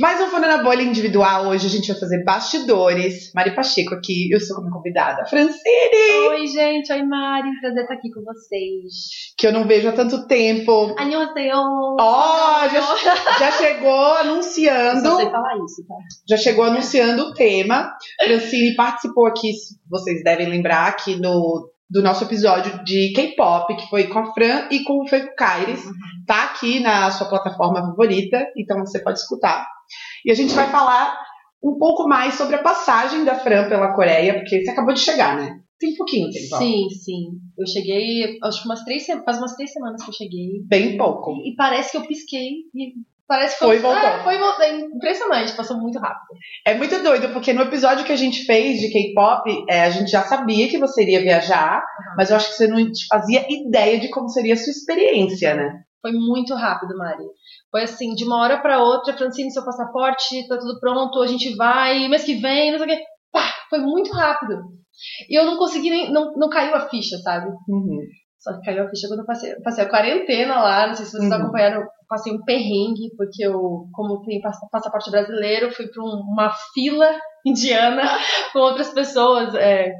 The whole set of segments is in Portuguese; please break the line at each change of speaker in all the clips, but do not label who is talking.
Mais um Fundo na Bolha individual. Hoje a gente vai fazer bastidores. Mari Pacheco aqui, eu sou como convidada. Francine!
Oi, gente. Oi, Mari. Prazer estar aqui com vocês.
Que eu não vejo há tanto tempo.
Annyeonghaseyo.
Ó, já, já chegou
Eu só sei
anunciando.
falar isso, tá?
Já chegou anunciando o tema. Francine participou aqui, se vocês devem lembrar, aqui no, do nosso episódio de K-pop, que foi com a Fran e com o Feco Caires. Tá aqui na sua plataforma favorita, então você pode escutar. E a gente vai falar um pouco mais sobre a passagem da Fran pela Coreia, porque você acabou de chegar, né? Tem pouquinho tempo. ó.
Sim, sim. Eu cheguei, acho que umas três, se- faz umas três semanas que eu cheguei.
Bem pouco.
E parece que eu pisquei. E parece que
Foi e
eu...
voltou.
É, foi e voltou. É Impressionante. Passou muito rápido.
É muito doido, porque no episódio que a gente fez de K-pop, é, a gente já sabia que você iria viajar, mas eu acho que você não fazia ideia de como seria a sua experiência, né?
Foi muito rápido, Mari. Foi assim, de uma hora pra outra, Francine, seu passaporte, tá tudo pronto, a gente vai, mês que vem, não sei o quê. Pá, foi muito rápido. E eu não consegui nem, não, não caiu a ficha, sabe? Só que caiu a ficha quando eu passei, eu passei a quarentena lá, não sei se vocês
Uhum.
acompanharam, eu passei um perrengue, porque eu, como tenho passa- passaporte brasileiro, fui pra um- uma fila indiana com outras pessoas, é,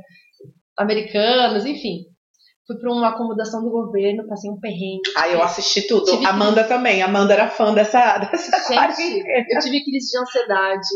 americanas, enfim. Fui pra uma acomodação do governo, passei um perrengue.
Aí eu assisti tudo.
Tive que-
Amanda também. Amanda era fã dessa. dessa
Gente, eu tive crise de ansiedade.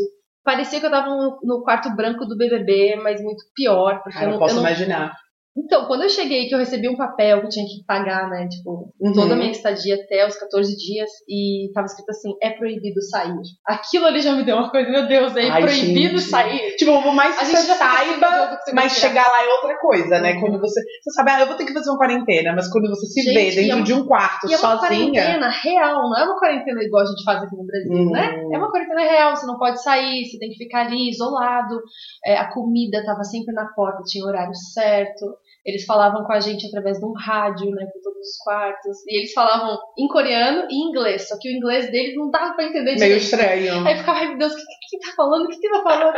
Parecia que eu tava no, no quarto branco do BBB, mas muito pior, porque
Ah,
eu,
eu não
não-
posso
eu não-
imaginar.
Então, quando eu cheguei, que eu recebi um papel que eu tinha que pagar, né? Tipo,
Uhum.
toda a minha estadia até os 14 dias, e tava escrito assim: é proibido sair. Aquilo ali já me deu uma coisa, meu Deus, é
Ai,
proibido
gente.
sair.
Tipo, por mais que
A gente
você
já fica sem saber
saiba,
o que você vai
mas
tirar.
chegar lá é outra coisa, né?
Uhum.
Quando você. Você sabe, ah, eu vou ter que fazer uma quarentena, mas quando você se
Gente,
vê
e é
dentro
uma-
de um quarto
E é uma
sozinha.
quarentena real, não é uma quarentena igual a gente faz aqui no Brasil,
Hum.
né? É uma quarentena real, você não pode sair, você tem que ficar ali isolado. É, a comida tava sempre na porta, tinha o horário certo. Eles falavam com a gente através de um rádio, né, por todos os quartos. E eles falavam em coreano e em inglês, só que o inglês deles não dava pra entender
Meio
direito.
estranho.
Aí eu ficava, ai meu Deus, o que, que, que tá falando? O que, que tá falando?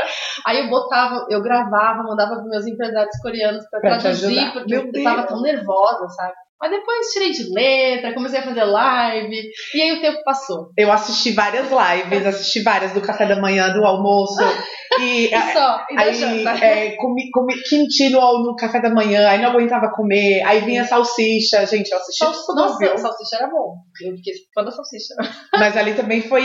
Aí eu botava, eu gravava, mandava pros meus empresários coreanos pra,
Pra te ajudar.
traduzir, porque
Meu
eu
Deus.
tava tão nervosa, sabe? Mas depois tirei de letra, comecei a fazer live, e aí o tempo passou.
Eu assisti várias lives, assisti várias do café da manhã, do almoço. e
E só, e né? da
aí
janta.
é, comi, comi quinti no, al- no café da manhã, aí não aguentava comer, aí vinha salsicha, gente, eu assisti
Sal-
tudo,
Nossa,
viu?
a salsicha era bom. Eu fiquei fã da salsicha.
Mas ali também foi,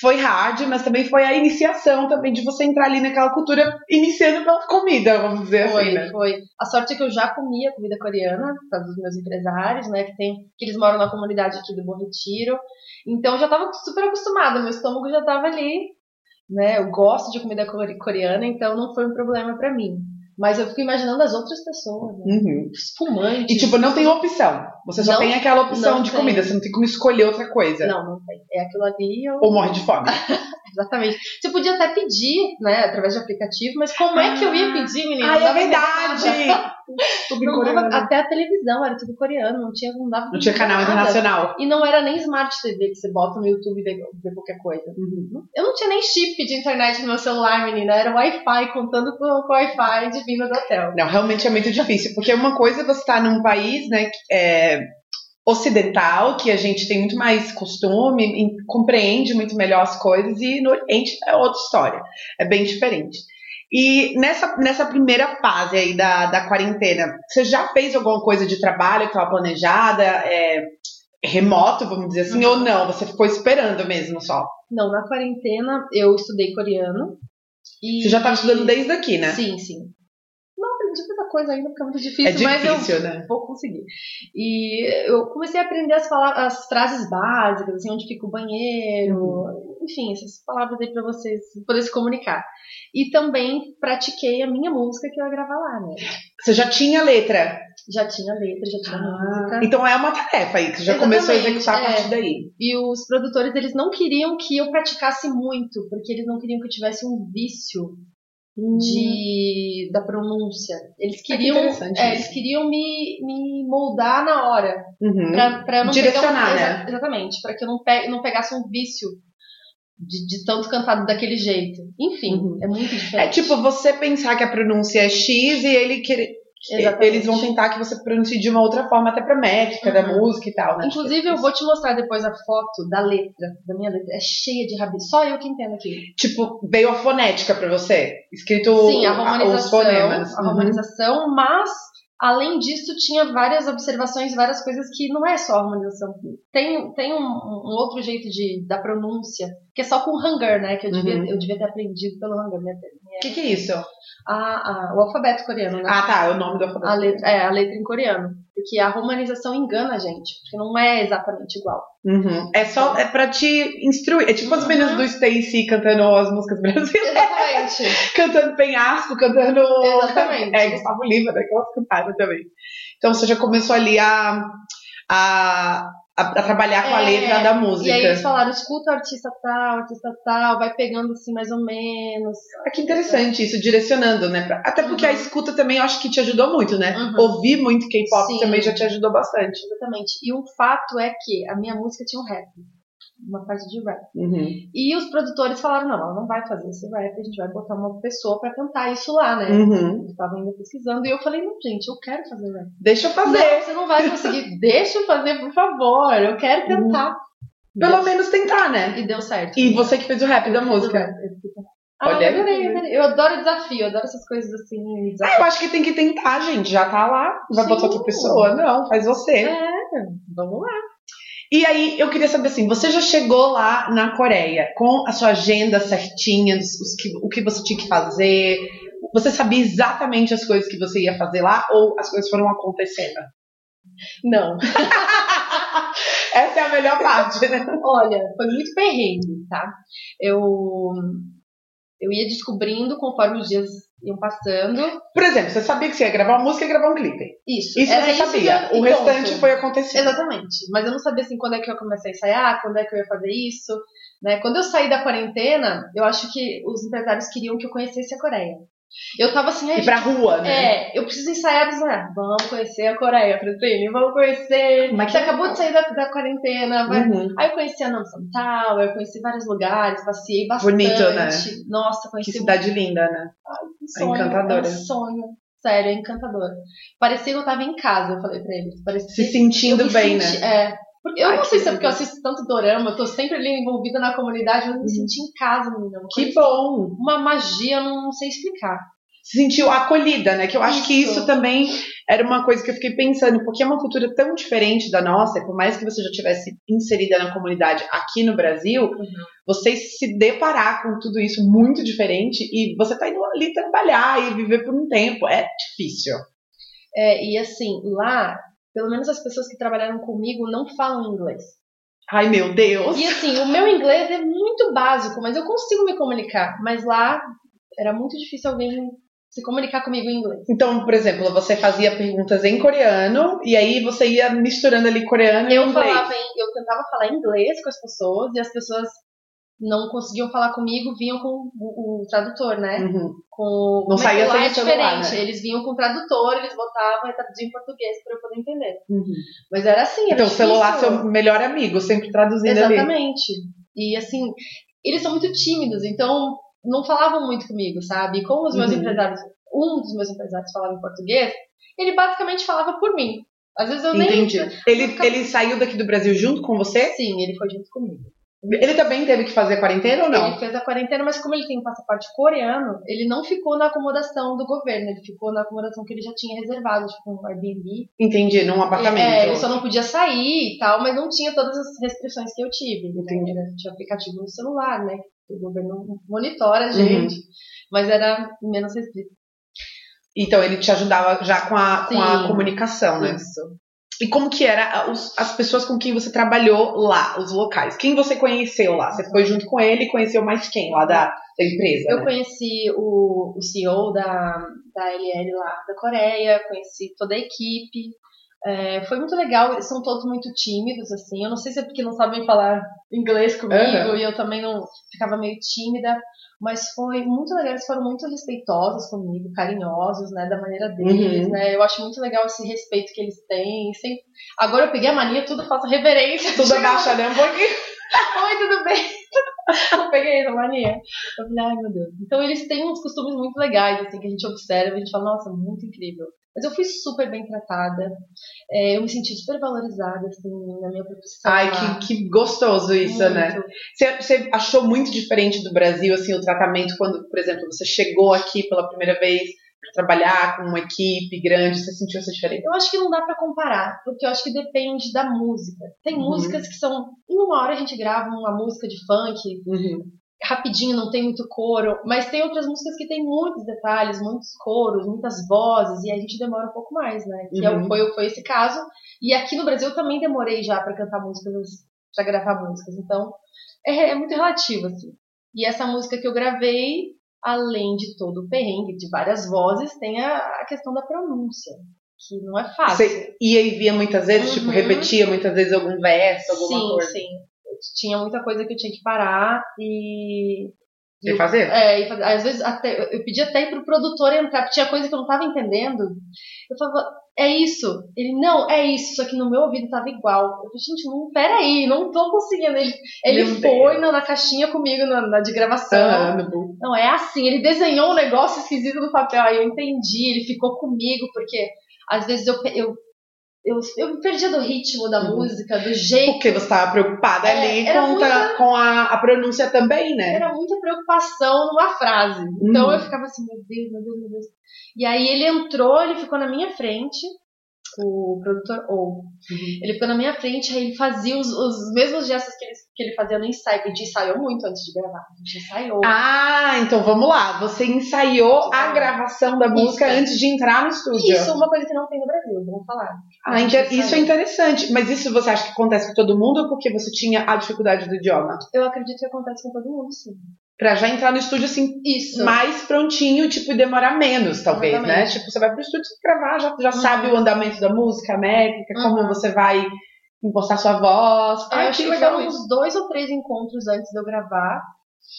foi hard, mas também foi a iniciação também de você entrar ali naquela cultura, iniciando pela comida, vamos dizer assim, né?
Foi, foi. A sorte é que eu já comia comida coreana, por causa dos meus empresários, né? Que, tem, que eles moram na comunidade aqui do Bom Retiro. Então eu já tava super acostumada, meu estômago já tava ali, né? Eu gosto de comida core- coreana, então não foi um problema pra mim. Mas eu fico imaginando as outras pessoas, né?
Uhum.
Os fumantes.
E tipo, não tem opção. Você só
Não-
tem aquela opção
não
de
tem.
comida, você não tem como escolher outra coisa.
Não, não tem. É aquilo ali. Eu...
Ou morre de fome.
Exatamente. Você podia até pedir, né? Através de aplicativo, mas como é que eu ia pedir, menina?
Ah,
Não
é
dava pra pedir nada.
verdade! Tudo em
Não dava-
coreano.
até a televisão era tudo coreano, não tinha, não dava
Não tinha canal
nada.
internacional.
E não era nem Smart TV que você bota no YouTube e vê, vê qualquer coisa.
Uhum.
Eu não tinha nem chip de internet no meu celular, menina. Era Wi-Fi, contando com com o Wi-Fi de vinda do hotel.
Não, realmente é muito difícil, porque uma coisa é você estar num país, né, que é ocidental, que a gente tem muito mais costume, em- compreende muito melhor as coisas, e no Oriente é outra história, é bem diferente. E nessa, nessa primeira fase aí da, da quarentena, você já fez alguma coisa de trabalho que estava planejada, é, remoto, vamos dizer assim, ou não? Você ficou esperando mesmo só?
Não, na quarentena eu estudei coreano. E...
Você já estava estudando desde aqui, né?
Sim, sim. Não aprendi muita coisa ainda, porque é muito difícil,
é
mas eu
difícil, né?
vou conseguir. E eu comecei a aprender as, pala- as frases básicas, assim, onde fica o banheiro,
Uhum.
enfim, essas palavras aí pra vocês poderem se comunicar. E também pratiquei a minha música que eu ia gravar lá, né?
Você já tinha letra?
Já tinha letra, já tinha música.
Então é uma tarefa aí, que você já começou a
Ah. Exatamente,
executar a
é.
partir daí.
E os produtores, eles não queriam que eu praticasse muito, porque eles não queriam que eu tivesse um vício de da pronúncia. Eles queriam,
Uhum. Ah, interessante isso.
é, eles queriam me, me moldar na hora.
Uhum.
Pra, pra eu não
Direcionar,
pegar
né?
exa- Exatamente, pra que eu não, pe- não pegasse um vício de, de tanto cantado daquele jeito. Enfim,
Uhum.
é muito
É
diferente.
tipo você pensar que a pronúncia é X e ele querer.
Exatamente.
Eles vão tentar que você pronuncie de uma outra forma, até pra métrica, da
Uhum.
música e tal. né?
Inclusive, eu vou te mostrar depois a foto da letra, da minha letra. É cheia de rabisco. Só eu que entendo aqui.
Tipo, veio a fonética pra você. Escrito
Sim, a
os
romanização.
fonemas.
A
Uhum.
romanização, mas. Além disso, tinha várias observações, várias coisas que não é só a harmonização. Tem, tem um, um outro jeito de, da pronúncia, que é só com hangar, né? Que eu devia,
Uhum.
eu devia ter aprendido pelo hangar. Né?
O que, que é isso?
A, a- o alfabeto coreano, né?
Ah, tá. É o nome do alfabeto.
A letra, é, a letra em coreano. Porque a romanização engana a gente, porque não é exatamente igual.
Uhum. É só é pra te instruir. É tipo as
Uhum.
meninas do Stacy cantando as músicas brasileiras,
Exatamente.
cantando penhasco, cantando.
Exatamente.
É, Gustavo Lima, daquelas cantaram também. Então você já começou ali a, a, a, a trabalhar com a
É,
letra da
E aí eles
música.
falaram, escuta artista tal, artista tal, vai pegando assim mais ou menos.
Ah, que interessante isso, direcionando, né? Pra- Até porque
Uhum.
a escuta também eu acho que te ajudou muito, né?
Uhum.
Ouvir muito K-pop
Sim.
também já te ajudou bastante.
Exatamente. E um fato é que a minha música tinha um rap. Uma parte de rap.
Uhum.
E os produtores falaram, não, ela não vai fazer esse rap, a gente vai botar uma pessoa pra cantar isso lá, né?
Uhum.
Eu tava ainda pesquisando e eu falei, não, gente, eu quero fazer rap.
Deixa eu fazer.
Não, você não vai conseguir. Deixa eu fazer, por favor. Eu quero tentar.
Pelo menos tentar, né?
E deu certo.
E você que fez o rap da música.
Ah,
Olha aí. né?
eu adorei, adorei. Eu adoro desafio, eu adoro essas coisas assim.
Ah,
Desafio.
eu acho que tem que tentar, gente. Já tá lá. Vai
Sim.
botar outra pessoa. Não, faz você.
É, vamos lá.
E aí, eu queria saber assim, você já chegou lá na Coreia com a sua agenda certinha, os- os que- o que você tinha que fazer? Você sabia exatamente as coisas que você ia fazer lá ou as coisas foram acontecendo?
Não.
Essa é a melhor parte, né?
Olha, foi muito perrengue, tá? Eu, eu ia descobrindo conforme os dias iam passando.
Por exemplo, você sabia que você ia gravar uma música e gravar um clipe.
Isso.
Isso
era
você
isso
sabia.
que eu- então, assim,
o
e
restante
pronto.
foi acontecendo.
Exatamente. Mas eu não sabia assim quando é que eu comecei a ensaiar, quando é que eu ia fazer isso. Né? Quando eu saí da quarentena, eu acho que os empresários queriam que eu conhecesse a Coreia. Eu tava assim,
E
"Ai,
pra rua, né?
É, eu preciso ensaiar pra ensaiar. Vamos conhecer a Coreia, Francine, vamos conhecer.
Mas
Você
é que
acabou
legal.
de sair da, da quarentena, vai.
Uhum.
Aí eu conheci a Namsan Tower, eu conheci vários lugares, passeei bastante.
Bonito, né?
Nossa, conheci
Que cidade linda, né?
um sonho,
encantadora.
É um sonho. Sério, é encantadora. Parecia que eu tava em casa, eu falei pra eles. Parecia
Se sentindo
eu me
bem,
senti-
né?
É. Porque eu
Ai,
não
que
sei se é porque eu
lindo.
assisto tanto dorama, eu tô sempre ali envolvida na comunidade, mas eu me senti em casa, menina. Uma
Uhum. Que
coisa-
bom!
Uma magia, eu não sei explicar.
se sentiu acolhida, né? Que eu acho que
Isso.
isso também era uma coisa que eu fiquei pensando, porque é uma cultura tão diferente da nossa, e por mais que você já tivesse inserida na comunidade aqui no Brasil,
Uhum.
você se deparar com tudo isso muito diferente e você tá indo ali trabalhar e viver por um tempo, é difícil.
É, e assim, lá, pelo menos as pessoas que trabalharam comigo não falam inglês.
Ai, meu Deus!
E assim, o meu inglês é muito básico, mas eu consigo me comunicar. Mas lá era muito difícil alguém se comunicar comigo em inglês.
Então, por exemplo, você fazia perguntas em coreano e aí você ia misturando ali coreano e
Eu
inglês.
falava em- eu tentava falar inglês com as pessoas e as pessoas não conseguiam falar comigo, vinham com o, o tradutor, né?
Uhum.
Com
Não
mas
saía
lá
sem
é
o celular,
diferente.
né?
Eles vinham com o tradutor, eles botavam e traduziam em português para eu poder entender.
Uhum.
Mas era assim, era
Então, o celular é
difícil.
seu melhor amigo, sempre traduzindo ali.
Exatamente. E assim, eles são muito tímidos, então não falavam muito comigo, sabe? E como os meus
Uhum.
empresários, um dos meus empresários falava em português, ele basicamente falava por mim. Às vezes eu nem.
Entendi. Ele,
nunca-
ele saiu daqui do Brasil junto com você?
Sim, ele foi junto comigo.
Ele também teve que fazer quarentena ou não?
Ele fez a quarentena, mas como ele tem passaporte coreano, ele não ficou na acomodação do governo, ele ficou na acomodação que ele já tinha reservado, tipo um Airbnb.
Entendi, num apartamento.
É, ele só não podia sair e tal, mas não tinha todas as restrições que eu tive. né?
Entendi.
Era- Tinha aplicativo no celular, né? O governo monitora a
Uhum.
gente, mas era menos restrito.
Então ele te ajudava já com a, com a
Sim.
comunicação, né?
Isso.
E como que era a- os- as pessoas com quem você trabalhou lá, os locais? Quem você conheceu lá? Você foi junto com ele e conheceu mais quem lá da, da empresa?
Eu
né?
conheci o, o CEO da, da LL lá da Coreia, conheci toda a equipe. É, foi muito legal, eles são todos muito tímidos, assim. Eu não sei se é porque não sabem falar inglês comigo
Aham.
e eu também não ficava meio tímida, mas foi muito legal. Eles foram muito respeitosos comigo, carinhosos, né, da maneira deles,
Uhum.
né. Eu acho muito legal esse respeito que eles têm. Sempre... Agora eu peguei a mania, tudo faço reverência.
Tudo abaixo, né? Um pouquinho.
Oi, tudo bem? Eu peguei essa mania. Eu falei, ai meu Deus. Então eles têm uns costumes muito legais, assim, que a gente observa, a gente fala, nossa, muito incrível. Mas eu fui super bem tratada. É, eu me senti super valorizada, assim, na minha profissão.
Ai, que, que gostoso isso,
Muito.
né? Você, você achou muito diferente do Brasil, assim, o tratamento quando, por exemplo, você chegou aqui pela primeira vez para trabalhar com uma equipe grande, você sentiu essa diferença?
Eu acho que não dá pra comparar, porque eu acho que depende da música. Tem
Uhum.
músicas que são. Em uma hora a gente grava uma música de funk, rapidinho, não tem muito coro, mas tem outras músicas que tem muitos detalhes, muitos coros, muitas vozes, e a gente demora um pouco mais, né? Que é o-
Uhum.
foi, foi esse caso. E aqui no Brasil eu também demorei já pra cantar músicas, pra gravar músicas, então é, é muito relativo, assim. E essa música que eu gravei, além de todo o perrengue, de várias vozes, tem a, a questão da pronúncia, que não é fácil.
Ah, Você ia e via muitas vezes, tipo,
Uhum.
repetia muitas vezes algum verso, alguma
sim,
coisa.
sim. Tinha muita coisa que eu tinha que parar e
Você fazia?
É, e faz- às vezes até, eu pedi até pro produtor entrar, porque tinha coisa que eu não tava entendendo. Eu falava, é isso. Ele, não, é isso, só que no meu ouvido tava igual. Eu falei, gente, não, peraí, não tô conseguindo. Ele, ele
Meu
foi na, na caixinha comigo, na, na de gravação.
Ah, no bu-
Não, é assim, ele desenhou um negócio esquisito no papel, aí eu entendi, ele ficou comigo, porque às vezes eu, pe- eu, eu, eu me perdia do ritmo da
Uhum.
música, do jeito.
Porque você estava preocupada
É,
ali
era
com, a- com a, a pronúncia também, né?
Era muita preocupação numa frase. Então
Uhum.
eu ficava assim, meu Deus, meu Deus, meu Deus. E aí ele entrou, ele ficou na minha frente, o produtor
Uhum.
ou. Ele ficou na minha frente, aí ele fazia os, os mesmos gestos que ele, que ele fazia no ensaio. A gente ensaiou muito antes de gravar. A gente ensaiou.
Ah, então vamos lá. Você ensaiou a gravação da música
Isso.
antes de entrar no estúdio.
isso é uma coisa que não tem no Brasil, vamos falar.
Ah, inter-
Ensaiou.
isso é interessante. Mas isso você acha que acontece com todo mundo ou porque você tinha a dificuldade do idioma?
Eu acredito que acontece com todo mundo, sim.
Pra já entrar no estúdio assim,
Isso.
mais prontinho, tipo, e demorar menos, talvez, né?
Exatamente.
Tipo, você vai pro estúdio você gravar, já, já
Uhum.
sabe o andamento da música, a métrica, como
Uhum.
você vai impostar sua voz.
É, eu
Ah,
acho
que
que
legal
foram
isso.
uns dois ou três encontros antes de eu gravar.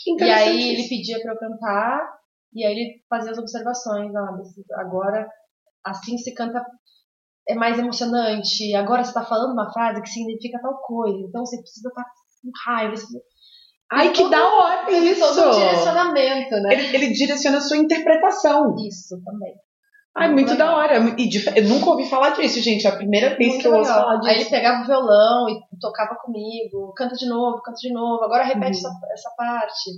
E
Interessante
aí
isso.
ele pedia pra eu cantar, e aí ele fazia as observações, ah, desse- agora assim se canta é mais emocionante, agora você tá falando uma frase que significa tal coisa, então você precisa estar com raiva. Você...
Ai, que
todo-
da hora isso!
Todo um direcionamento, né?
Ele, ele direciona a sua interpretação.
Isso também.
Ai,
Muito
muito
legal.
da hora. E dif- eu nunca ouvi falar disso, gente. É a primeira vez
Muito
que eu ouço
legal.
falar
Aí
disso.
ele pegava o violão e tocava comigo, canta de novo, canta de novo, agora repete
Uhum.
essa, essa parte.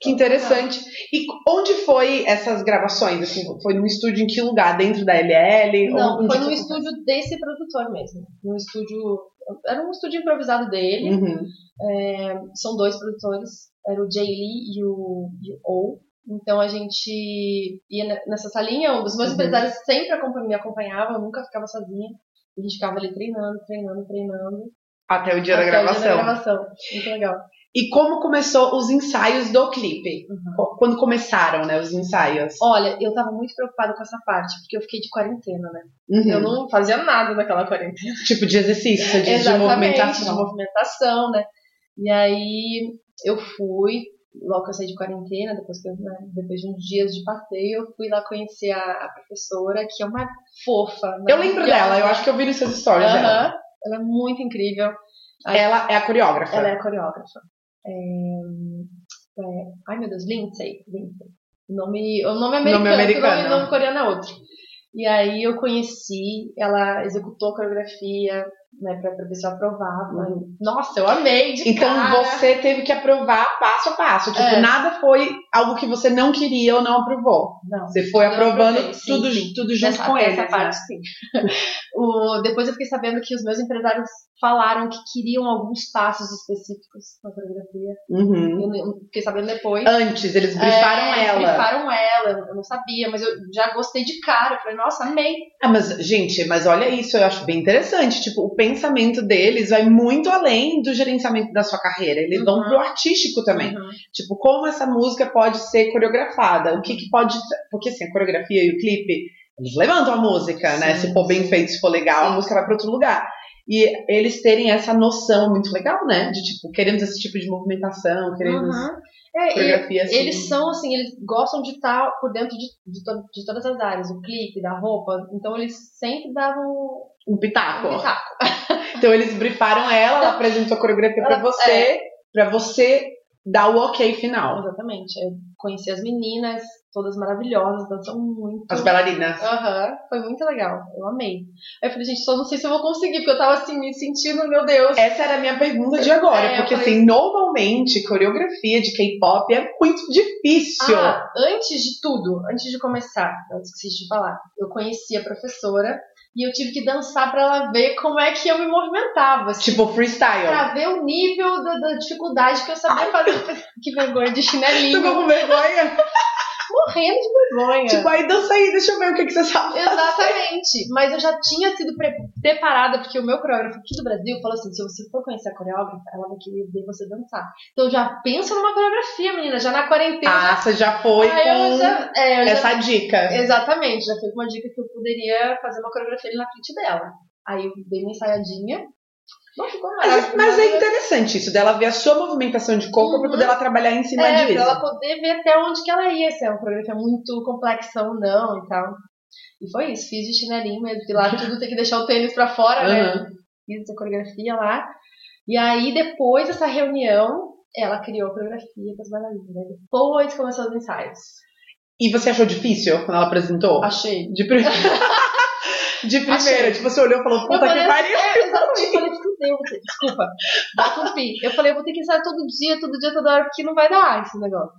Que interessante. E onde foi essas gravações? Assim, foi num estúdio em que lugar? Dentro da LL?
Não,
Onde
foi num
que-
estúdio desse produtor mesmo. Num estúdio. Era um estúdio improvisado dele.
Uhum.
são dois produtores, era o Jay Lee e o, e o O. Então a gente ia ne- nessa salinha, os meus
Uhum.
empresários sempre acompa- me acompanhavam, eu nunca ficava sozinha. A gente ficava ali treinando, treinando, treinando.
Até o dia
até
da
o dia
gravação.
gravação. Muito legal.
E como começou os ensaios do clipe?
Uhum.
Co- Quando começaram, né, os ensaios?
Olha, eu tava muito preocupada com essa parte, porque eu fiquei de quarentena, né?
Uhum.
Eu não fazia nada naquela quarentena.
Tipo de exercício, você diz, de
de
movimentação.
movimentação, né? E aí eu fui, logo que eu saí de quarentena, depois, que eu- né, depois de uns dias de passeio, eu fui lá conhecer a, a professora, que é uma fofa. né?
Eu lembro dela, eu acho que eu vi nos seus stories
Aham.
dela.
Ela é muito incrível.
Ela é a coreógrafa.
Ela é coreógrafa. É, é, ai meu Deus, Lindsay. Lindsay. O nome, o nome é americano,
Nome
porque o nome,
americano.
o nome coreano é outro. E aí eu conheci, ela executou a coreografia, né, pra, pra ver se eu aprovava.
Uhum.
Nossa, eu amei de
Então
cara.
você teve que aprovar passo a passo. Tipo,
É.
nada foi algo que você não queria ou não aprovou.
Não,
Você foi
Eu
aprovando
aprovei, sim,
tudo,
sim.
tudo junto
nessa,
com né?
nessa
ele.
parte, sim. O- depois eu fiquei sabendo que os meus empresários falaram que queriam alguns passos específicos na coreografia. Eu, eu fiquei sabendo depois.
Uhum. Antes, eles brifaram
É,
Hum. Ah, ela.
Brifaram ela, eu não sabia, mas eu já gostei de cara. Eu falei, nossa, amei.
Ah, mas, gente, mas olha isso, eu acho bem interessante. Tipo, o pensamento deles vai muito além do gerenciamento da sua carreira. Eles vão
Uhum.
pro artístico também. Tipo, como essa música pode ser coreografada? O que, que pode. Porque assim, a coreografia e o clipe, eles levantam a música, né?
Sim,
Se for bem
sim.
feito, se for legal, a música vai pra outro lugar. E eles terem essa noção muito legal, né? De tipo, queremos esse tipo de movimentação, queremos
Uhum. É, e
coreografia assim.
eles são assim, eles gostam de estar por dentro de, de, to- de todas as áreas, o clipe, da roupa. Então eles sempre davam
Um
um
pitaco.
pitaco. É.
Então eles brifaram ela, ela apresentou a coreografia pra
Ela-
você, pra você dar o ok final.
Exatamente. Eu conheci as meninas, todas maravilhosas, dançam muito.
As bailarinas.
Aham, foi muito legal. Eu amei. Aí eu falei, gente, só não sei se eu vou conseguir, porque eu tava assim, me sentindo, meu Deus.
Essa era a minha pergunta de agora,
É, eu
porque
falei-
assim, normalmente coreografia de K-pop é muito difícil.
Ah, antes de tudo, antes de começar, eu esqueci de falar. Eu conheci a professora e eu tive que dançar pra ela ver como é que eu me movimentava. Assim,
Tipo freestyle.
Pra ver o nível da, da dificuldade que eu sabia fazer. que vergonha de
Tu
chinelinho.
ficou com vergonha?
é. Morrendo de vergonha.
Tipo, aí dança aí, deixa eu ver o que, que você sabe.
Exatamente. Mas eu já tinha sido pre- preparada, porque o meu coreógrafo aqui do Brasil falou assim: se você for conhecer a coreógrafa, ela vai querer ver você dançar. Então eu já penso numa coreografia, menina, já na quarentena.
Ah, você já foi
Aí eu
com
já- é, eu já-
essa dica.
Exatamente, já foi uma dica que eu poderia fazer uma coreografia ali na frente dela. Aí eu dei uma ensaiadinha. Não ficou
Mas,
maravilhoso.
mas é interessante isso, dela ver a sua movimentação de corpo pra
Uhum.
poder ela trabalhar em cima
É, pra
disso.
ela poder ver até onde que ela ia, se é uma coreografia muito complexa ou não e tal. E foi isso, fiz de chinelinho mesmo, porque lá tudo tem que deixar o tênis pra fora, né?
Aham.
Fiz essa coreografia lá. E aí, depois dessa reunião, ela criou a coreografia com as bailarinas. né? Depois começou os ensaios.
E você achou difícil quando ela apresentou?
Achei.
De, pri- de primeira,
Achei.
tipo, você olhou e falou,
Eu
puta
falei,
que pariu.
É, exatamente. Eu falei, fudeu, vou ter- desculpa. Vai cumprir. Eu falei, eu vou ter que ensaiar todo dia, todo dia, toda hora, porque não vai dar esse negócio.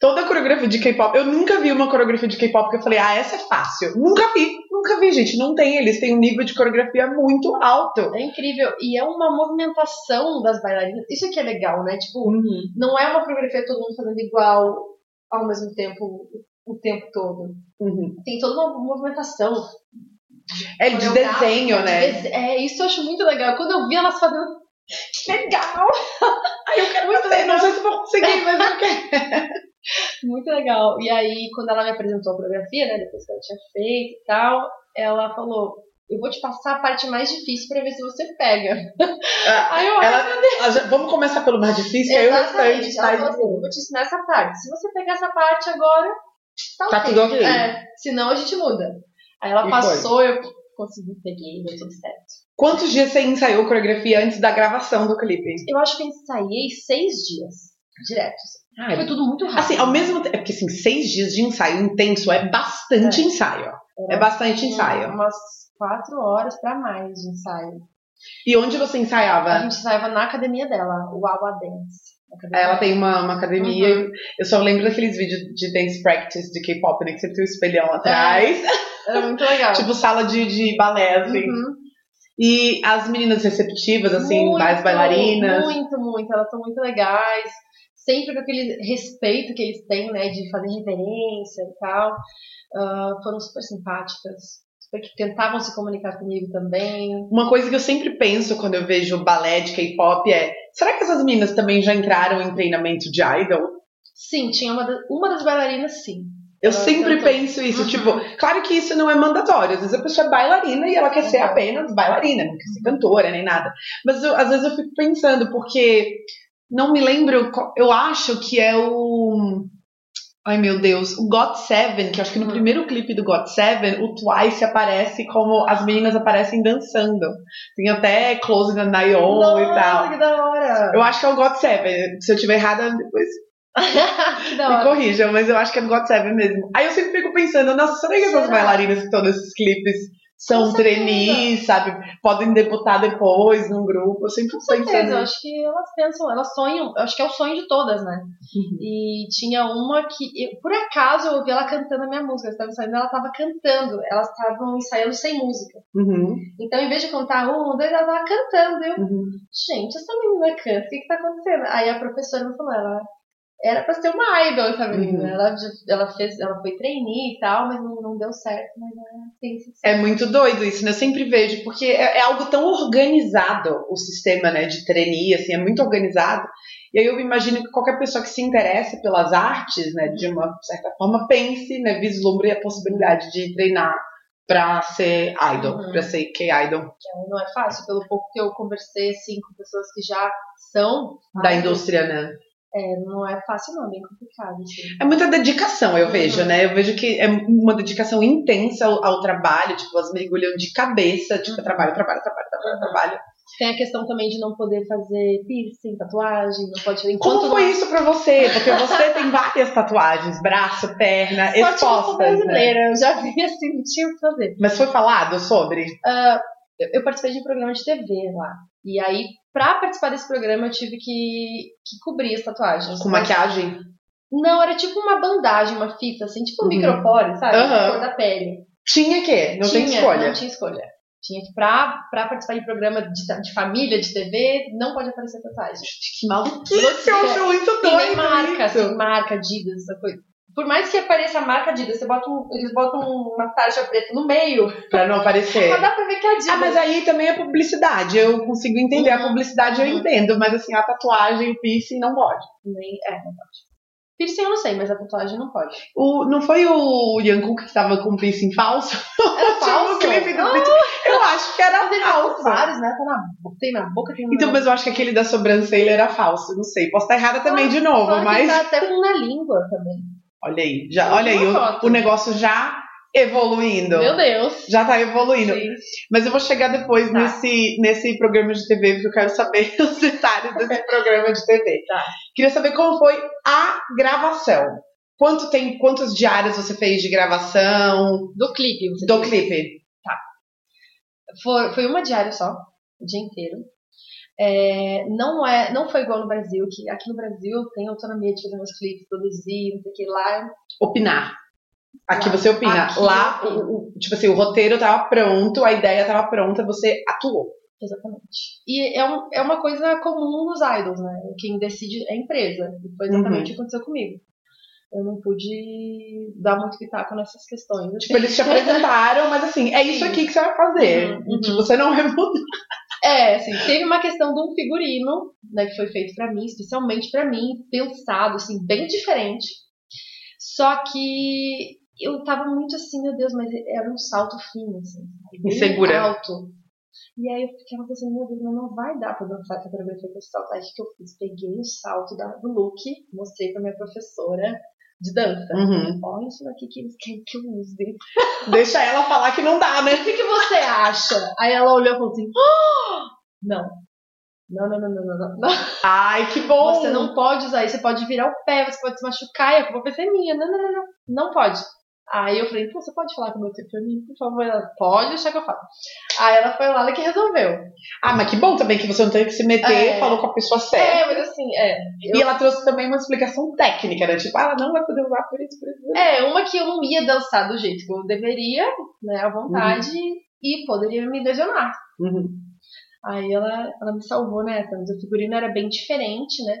Toda a coreografia de K-pop, eu nunca vi uma coreografia de K-pop que eu falei, ah, essa é fácil. Nunca vi, nunca vi, gente. Não tem, eles têm um nível de coreografia muito alto.
É incrível. E é uma movimentação das bailarinas. Isso aqui é legal, né? Tipo, não é uma coreografia todo mundo fazendo igual ao mesmo tempo, o tempo todo.
Uhum.
Tem toda uma movimentação.
É de
coreográfica,
desenho,
um de
né?
dese- É, isso eu acho muito legal. Quando eu vi elas fazendo. Que legal!
Ai, eu quero
Muito
fazer,
legal.
não sei se vou conseguir, mas eu quero.
Muito legal. E aí, quando ela me apresentou a coreografia, né, depois que ela tinha feito e tal, ela falou: Eu vou te passar a parte mais difícil pra ver se você pega.
Ah,
Aí eu olhei,
ela- ela já- vamos começar pelo mais difícil, que aí o restante
exatamente. Ela falou
tá
assim: Eu vou te ensinar essa parte. Se você pegar essa parte agora, tá,
Tá tudo ok.
É, senão a gente muda. Aí ela
E
passou, eu consegui, peguei, deu tudo certo.
Quantos dias você ensaiou coreografia antes da gravação do clipe?
Eu acho que eu ensaiei seis dias diretos.
Ah,
Foi tudo muito rápido.
Assim, ao mesmo tempo. é Porque, assim, seis dias de ensaio intenso é bastante ensaio. É bastante ensaio.
Umas quatro horas pra mais de ensaio.
E onde você
A
ensaiava?
gente ensaiava na academia dela, o Awa Dance. A academia
Ela
dela.
tem uma, uma academia.
Uhum.
Eu só lembro daqueles vídeos de dance practice de K-pop, né? Que sempre tem o
É.
espelhão atrás.
Era é muito legal.
Tipo sala de, de balé, assim.
Uhum.
E as meninas receptivas, assim,
Muito,
mais bailarinas.
Muito, muito. Elas são muito legais. Sempre com aquele respeito que eles têm, né? De fazer reverência e tal. Ah, foram super simpáticas. Super que tentavam se comunicar comigo também.
Uma coisa que eu sempre penso quando eu vejo balé de K-pop é: será que essas meninas também já entraram em treinamento de idol?
Sim, tinha uma, da- uma das bailarinas, sim.
Eu
Ela
sempre
tentou.
penso isso,
Uhum.
tipo, claro que isso não é mandatório. Às vezes a pessoa é bailarina e ela quer ser
Uhum.
apenas bailarina, não quer ser cantora nem nada. Mas eu- às vezes eu fico pensando, porque não me lembro, qual- eu acho que é o. Ai meu Deus, o God Seven, que eu acho que no
Uhum.
primeiro clipe do God Seven, o Twice aparece como as meninas aparecem dançando. Tem até close da Nayeon
Nossa,
Oh, e tal.
que da hora!
Eu acho que é o God Seven. Se eu tiver errada, depois
que da
me
hora.
corrijam, mas eu acho que é do God Seven mesmo. Aí eu sempre fico pensando, nossa, será que essas
Será?
bailarinas que estão nesses clipes são
Com certeza.
trainees, sabe? Podem debutar depois num grupo. Eu sempre
Com
fico
certeza, eu
pensando.
acho que elas pensam, elas sonham, eu acho que é o sonho de todas, né?
Uhum.
E tinha uma que, eu- por acaso, eu ouvi ela cantando a minha música, eu estava ensaiando, ela estava cantando, elas estavam ensaiando sem música.
Uhum,
Então, em vez de contar um, dois, ela estava cantando. Eu,
uhum.
gente, essa menina canta, o que está acontecendo? Aí a professora me falou, ela era pra ser uma idol essa menina,
Uhum.
ela, de- ela, fez, ela foi trainee e tal, mas não, não assim deu certo, mas ela tem
É
sucesso.
muito doido isso, né? Eu sempre vejo, porque é, é algo tão organizado o sistema né, de trainee, assim, é muito organizado. E aí eu imagino que qualquer pessoa que se interesse pelas artes, né, de uma certa forma, pense, né, vislumbre a possibilidade de treinar pra ser idol,
Uhum.
pra ser K-idol.
Não é fácil, pelo pouco que eu conversei, assim, com pessoas que já são
da
idols.
indústria, né?
É, não é fácil não, é bem complicado. Assim.
É muita dedicação, eu
Uhum.
vejo, né? Eu vejo que é uma dedicação intensa ao, ao trabalho, tipo, elas mergulham de cabeça,
Uhum.
tipo, trabalho, trabalho, trabalho, trabalho, trabalho.
Tem a questão também de não poder fazer piercing, tatuagem, não pode fazer
Como foi isso pra você? Porque você tem várias tatuagens, braço, perna,
Sorte que eu sou
expostas. né?
brasileira, eu já vi assim, não tinha o que fazer.
Mas foi falado sobre?
Ah, eu, eu participei de um programa de TV lá. E aí, pra participar desse programa, eu tive que, que cobrir as tatuagens.
Com maquiagem?
Não, era tipo uma bandagem, uma fita, assim, tipo um
Uhum.
micropore, sabe?
Aham.
A cor da pele.
Tinha que, não
tinha,
tem escolha.
Não tinha escolha. Tinha que, pra, pra participar de programa de, de família, de TV, não pode aparecer tatuagem.
Que maluquice, eu acho muito
E é. nem
doido
marca,
isso.
assim, marca, Adidas, essa coisa. Por mais que apareça a marca Adidas, você bota um- eles botam uma tarja preta no meio,
Pra não aparecer.
mas dá pra ver que é Adidas.
Ah, mas aí também é publicidade. Eu consigo entender. A
Uhum.
publicidade eu
Uhum.
entendo, mas assim, a tatuagem, o piercing não pode.
Nem, é, não pode. Piercing eu não sei, mas a tatuagem não pode.
O, não foi o Jungkook que tava com o piercing falso?
É
Tinha um clipe do
Ah,
piercing. Eu acho que era
é
falso.
vários, né? Tá na, bo- tem na boca, tem no
Então, mas eu acho que aquele da sobrancelha era falso. Não sei. Posso estar errada também de novo,
Fora que
mas.
Tá até com na língua também.
Olha aí, já, olha aí,
Uma
o,
foto.
o negócio já evoluindo.
Meu Deus.
Já tá evoluindo.
Gente.
Mas eu vou chegar depois
Tá.
nesse, nesse programa de TV, porque eu quero saber os detalhes desse programa de TV.
Tá.
Queria saber como foi a gravação. Quanto tem, quantos diários você fez de gravação
Do clipe. você
do
disse.
clipe?
Foi, foi uma diária só, o dia inteiro. É, não é, não foi igual no Brasil, que aqui no Brasil eu tenho autonomia de fazer meus clipes, produzir, não sei o que lá.
Opinar. Aqui
Lá.
você opina.
Aqui
Lá,
eu opino.
o- o- tipo assim, o roteiro tava pronto, a ideia tava pronta, você atuou.
Exatamente. E é, um- é uma coisa comum nos idols, né? Quem decide é a empresa. E foi exatamente o que aconteceu comigo. Eu não pude dar muito pitaco nessas questões.
Tipo, eles te apresentaram, mas assim, é isso
Sim.
aqui que você vai fazer.
Uhum, uhum.
Tipo, você não vai mudar.
É, assim, teve uma questão de um figurino, né, que foi feito pra mim, especialmente pra mim, pensado, assim, bem diferente. Só que eu tava muito assim, meu Deus, mas era um salto fino, assim, sabe? bem
Insegura.
alto. E aí eu ficava pensando, meu Deus, mas não vai dar pra dançar essa coreografia com esse salto. Aí o que eu fiz? Peguei o salto da- do look, mostrei pra minha professora de dança.
Uhum.
Olha isso daqui que eles querem que eu use.
Deixa ela falar que não dá, né?
O que, que você acha? Aí ela olhou e falou assim: "Ah, não. Não, não, não, não, não, não, não.
Ai, que bom!
Você não pode usar isso, você pode virar o pé, você pode se machucar, e a culpa vai ser minha. Não, não, não, não. Não pode. Aí eu falei, pô, você pode falar com o meu tio pra mim, por favor? Ela, pode deixar que eu falo. Aí ela foi lá e que resolveu.
Ah, mas que bom também que você não teve que se meter,
É.
falou com a pessoa certa.
É, mas assim, é.
E ela trouxe também uma explicação técnica, né? Tipo, ah, ela não vai poder usar por isso, por isso. por isso.
É, uma que eu não ia dançar do jeito que eu deveria, né, à vontade, e poderia me lesionar.
Uhum.
Aí ela, ela me salvou nessa, mas o figurino era bem diferente, né?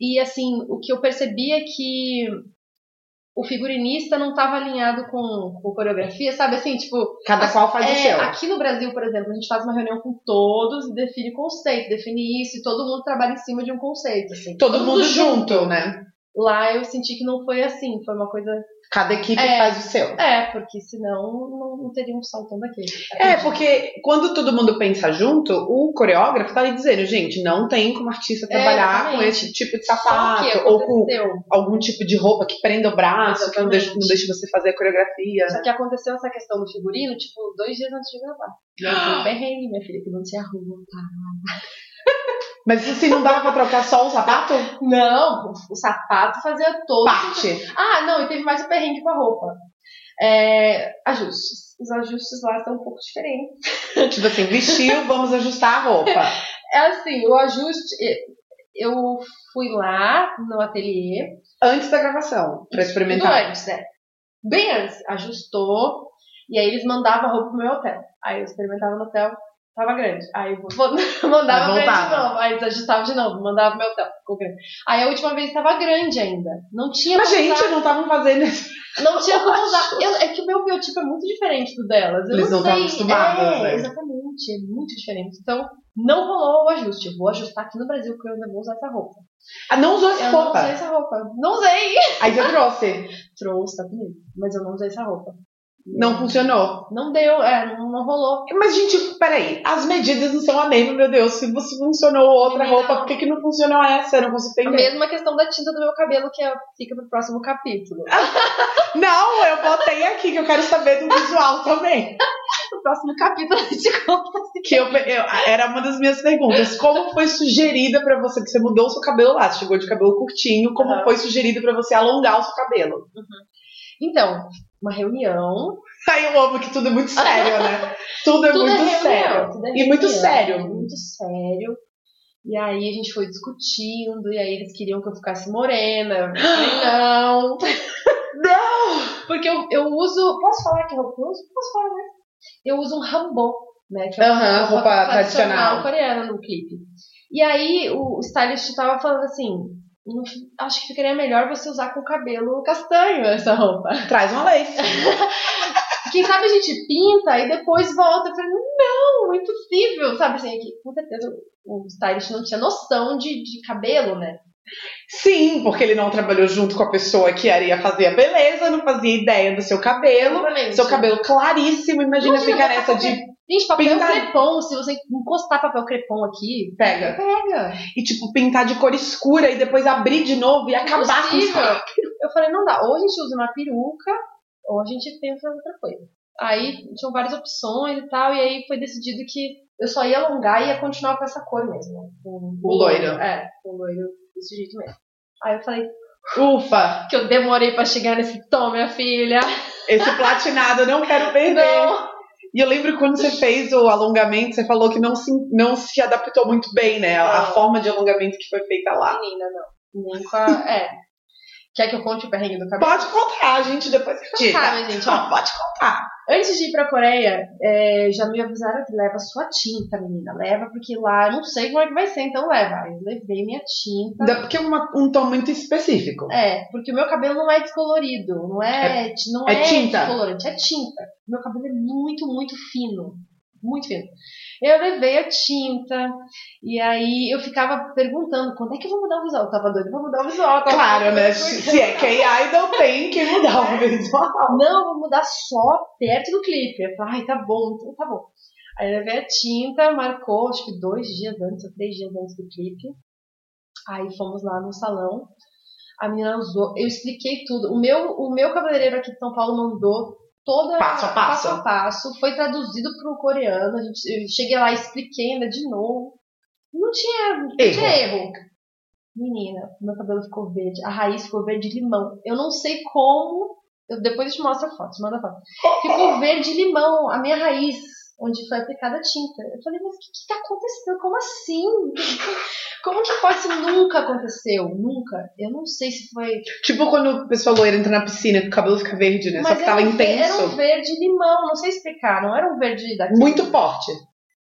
E assim, o que eu percebi é que o figurinista não estava alinhado com, com coreografia, sabe? Assim, tipo,
Cada qual faz o
é,
seu.
aqui no Brasil, por exemplo, a gente faz uma reunião com todos e define conceito, define isso, e todo mundo trabalha em cima de um conceito, assim.
Todo mundo junto, né?
Lá eu senti que não foi assim, foi uma coisa.
Cada equipe
É.
faz o seu.
É, porque senão não, não teria um saltão daquele.
É, porque quando todo mundo pensa junto, o coreógrafo tá ali dizendo, gente, não tem como artista trabalhar com
É, exatamente.
esse tipo de
Só que é
sapato ou com
aconteceu.
algum tipo de roupa que prenda o braço, que não
Exatamente.
deixa, não deixa você fazer a coreografia.
Só que aconteceu essa questão do figurino, tipo, dois dias antes de gravar. E aí foi um perrengue, minha filha, que não se arruma.
Mas assim, não dava pra trocar só o sapato?
Não, o sapato fazia todo.
Parte.
Ah, não, e teve mais um perrengue com a roupa. É, ajustes. Os ajustes lá são um pouco diferentes.
Tipo assim, vestiu, vamos ajustar a roupa.
É assim, o ajuste. e- Eu fui lá no ateliê,
antes da gravação, pra
tudo
experimentar.
antes, né? Bem antes, ajustou. E aí eles mandavam a roupa pro meu hotel. Aí eu experimentava no hotel, tava grande. Aí eu vou- mandava pra eles de
Voltava.
novo. Aí eles ajustavam de novo, mandava pro meu hotel, ficou grande. Aí a última vez tava grande ainda. Não tinha
Mas,
como
gente,
usar-
não estavam fazendo isso.
não tinha como usar. Eu- é que o meu biotipo é muito diferente do delas. Eu
Eles não
sei.
estavam acostumados,
é,
né?
Exatamente, é muito diferente. Então, não rolou o ajuste. Eu vou ajustar aqui no Brasil, porque eu ainda vou usar essa roupa.
Ah, não usou essa
Eu não usei
roupa.
essa roupa. Não usei!
Aí você trouxe.
Trouxe, tá comigo. Mas eu não usei essa roupa.
Não funcionou.
Não deu, é, não, não rolou.
Mas, gente, peraí, as medidas não são a mesma, meu Deus. Se você funcionou outra
Não.
roupa, por que, que não funcionou essa? Eu não consigo
A
entender.
mesma questão da tinta do meu cabelo, que é- fica pro próximo capítulo.
Não, eu botei aqui que eu quero saber do visual também.
No próximo capítulo a gente conta.
Que eu, eu- era uma das minhas perguntas. Como foi sugerida pra você que você mudou o seu cabelo lá? Você chegou de cabelo curtinho, como
Aham.
foi sugerido pra você alongar o seu cabelo?
Então, uma reunião.
Aí eu amo que tudo é muito sério, né? Tudo é muito
reunião,
sério.
tudo é
E muito
reunião,
sério.
Muito sério. E aí a gente foi discutindo, e aí eles queriam que eu ficasse morena. Eu falei, não. não! Porque eu, eu uso. Posso falar que roupa eu uso? Posso falar, né? Eu uso um rambô, né? Que é uma
Aham, roupa tradicional.
coreana no clipe. E aí o o stylist tava falando assim. "Não fi- Acho que ficaria melhor você usar com o cabelo castanho essa roupa.
Traz uma lace.
Quem sabe a gente pinta e depois volta. Eu falei, não, impossível. Sabe assim, que, com certeza o stylist não tinha noção de, de cabelo, né?
Sim, porque ele não trabalhou junto com a pessoa que ia fazer a beleza, não fazia ideia do seu cabelo.
Exatamente.
Seu cabelo claríssimo, imagina,
Imagina
ficar
botar
nessa de
qualquer- Gente, papel
pintar.
crepom, se você encostar papel crepom aqui,
Pega.
pega.
e tipo pintar de cor escura e depois abrir de novo e acabar com isso.
É Impossível. Eu falei, não dá. Ou a gente usa uma peruca, ou a gente pensa em outra coisa. Aí tinham várias opções e tal, e aí foi decidido que eu só ia alongar e ia continuar com essa cor mesmo. né? Com
O loiro.
É, com o loiro desse jeito mesmo. Aí eu falei,
Ufa,
que eu demorei pra chegar nesse tom, minha filha.
esse platinado eu não quero perder.
Não.
E eu lembro quando você fez o alongamento, você falou que não se, não se adaptou muito bem, né? A, a
Não.
forma de alongamento que foi feita lá.
Menina, não. Nem com a... É. Quer que eu conte o perrengue do cabelo?
Pode contar, gente, depois eu
Então
digo.
tá, minha gente, ó.
Não, pode contar.
Antes de ir pra Coreia, é, já me avisaram que leva sua tinta, menina. Leva, porque lá eu não sei como é que vai ser, então leva. Aí Eu levei minha tinta.
Ainda porque é uma- um tom muito específico.
É, porque o meu cabelo não é descolorido, não é, não
é
é,
tinta.
descolorante, é tinta. Meu cabelo é muito, muito fino. Muito fino. Eu levei a tinta, e aí eu ficava perguntando quando é que eu vou mudar o visual. Eu tava doida pra mudar o visual. tá?" tava
Claro,
doida
né?
pra-
Se é K-Idol, tem que mudar o visual.
Não, eu vou mudar só perto do clipe. Eu falei, ai, tá bom, então tá bom. Aí eu levei a tinta, marcou, acho que dois dias antes, ou três dias antes do clipe. Aí fomos lá no salão. A menina usou, eu expliquei tudo. O meu, o meu cabeleireiro aqui de São Paulo mandou toda
Passo a passo.
a passo, foi traduzido para o coreano. A gente, eu cheguei lá, expliquei ainda de novo. Não tinha, não tinha erro. Menina, meu cabelo ficou verde, a raiz ficou verde limão. Eu não sei como. eu- depois eu te mostro a foto, te mando a foto. Ficou verde limão, a minha raiz, onde foi aplicada a tinta. Eu falei, mas o que, que tá acontecendo? Como assim? Como que pode? Isso nunca aconteceu, nunca. Eu não sei se foi.
Tipo quando a pessoa loira entra na piscina que o cabelo fica verde, né? Só que
era
tava
um ver- Era um
intenso.
verde limão, não sei explicar. Não era um verde daqui.
Muito forte.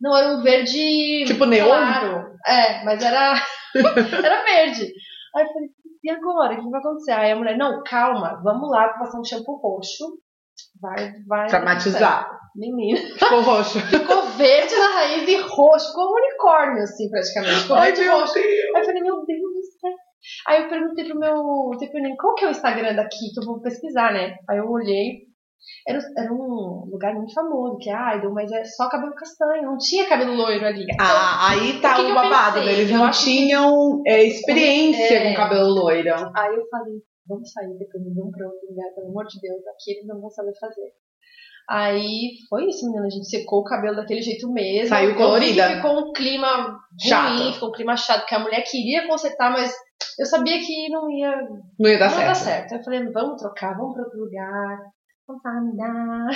Não, era um verde.
Tipo neon?
Claro. É, mas era. era verde. Aí eu falei, e agora? O que vai acontecer? Aí a mulher, não, calma, vamos lá, vou passar um shampoo roxo. Vai, vai.
Traumatizar.
Menina.
Ficou roxo.
Ficou verde na raiz e roxo, ficou um unicórnio, assim, praticamente. Ficou
Ai,
verde e
meu
roxo. Aí eu falei, meu Deus do céu. Aí eu perguntei pro meu Tepeninho, qual que é o Instagram daqui que eu vou pesquisar, né? Aí eu olhei. Era, era um lugar muito famoso, que é idol, mas é só cabelo castanho, não tinha cabelo loiro ali.
Ah, aí tá
o que
o
que eu
babado,
pensei?
né? Eles
Eu
não
acho que-
tinham é, experiência
É.
com cabelo loiro.
Aí eu falei, vamos sair depois, vamos pra outro lugar, pelo amor de Deus, aqui eles não vão saber fazer. Aí foi isso, menina, a gente secou o cabelo daquele jeito mesmo.
Saiu
Eu vi que
colorida.
Ficou um clima
Chato.
ruim, ficou um clima chato, porque a mulher queria consertar, mas eu sabia que não ia,
Não ia dar
não ia dar
certo.
certo. Eu falei, vamos trocar, vamos pra outro lugar, contaminar.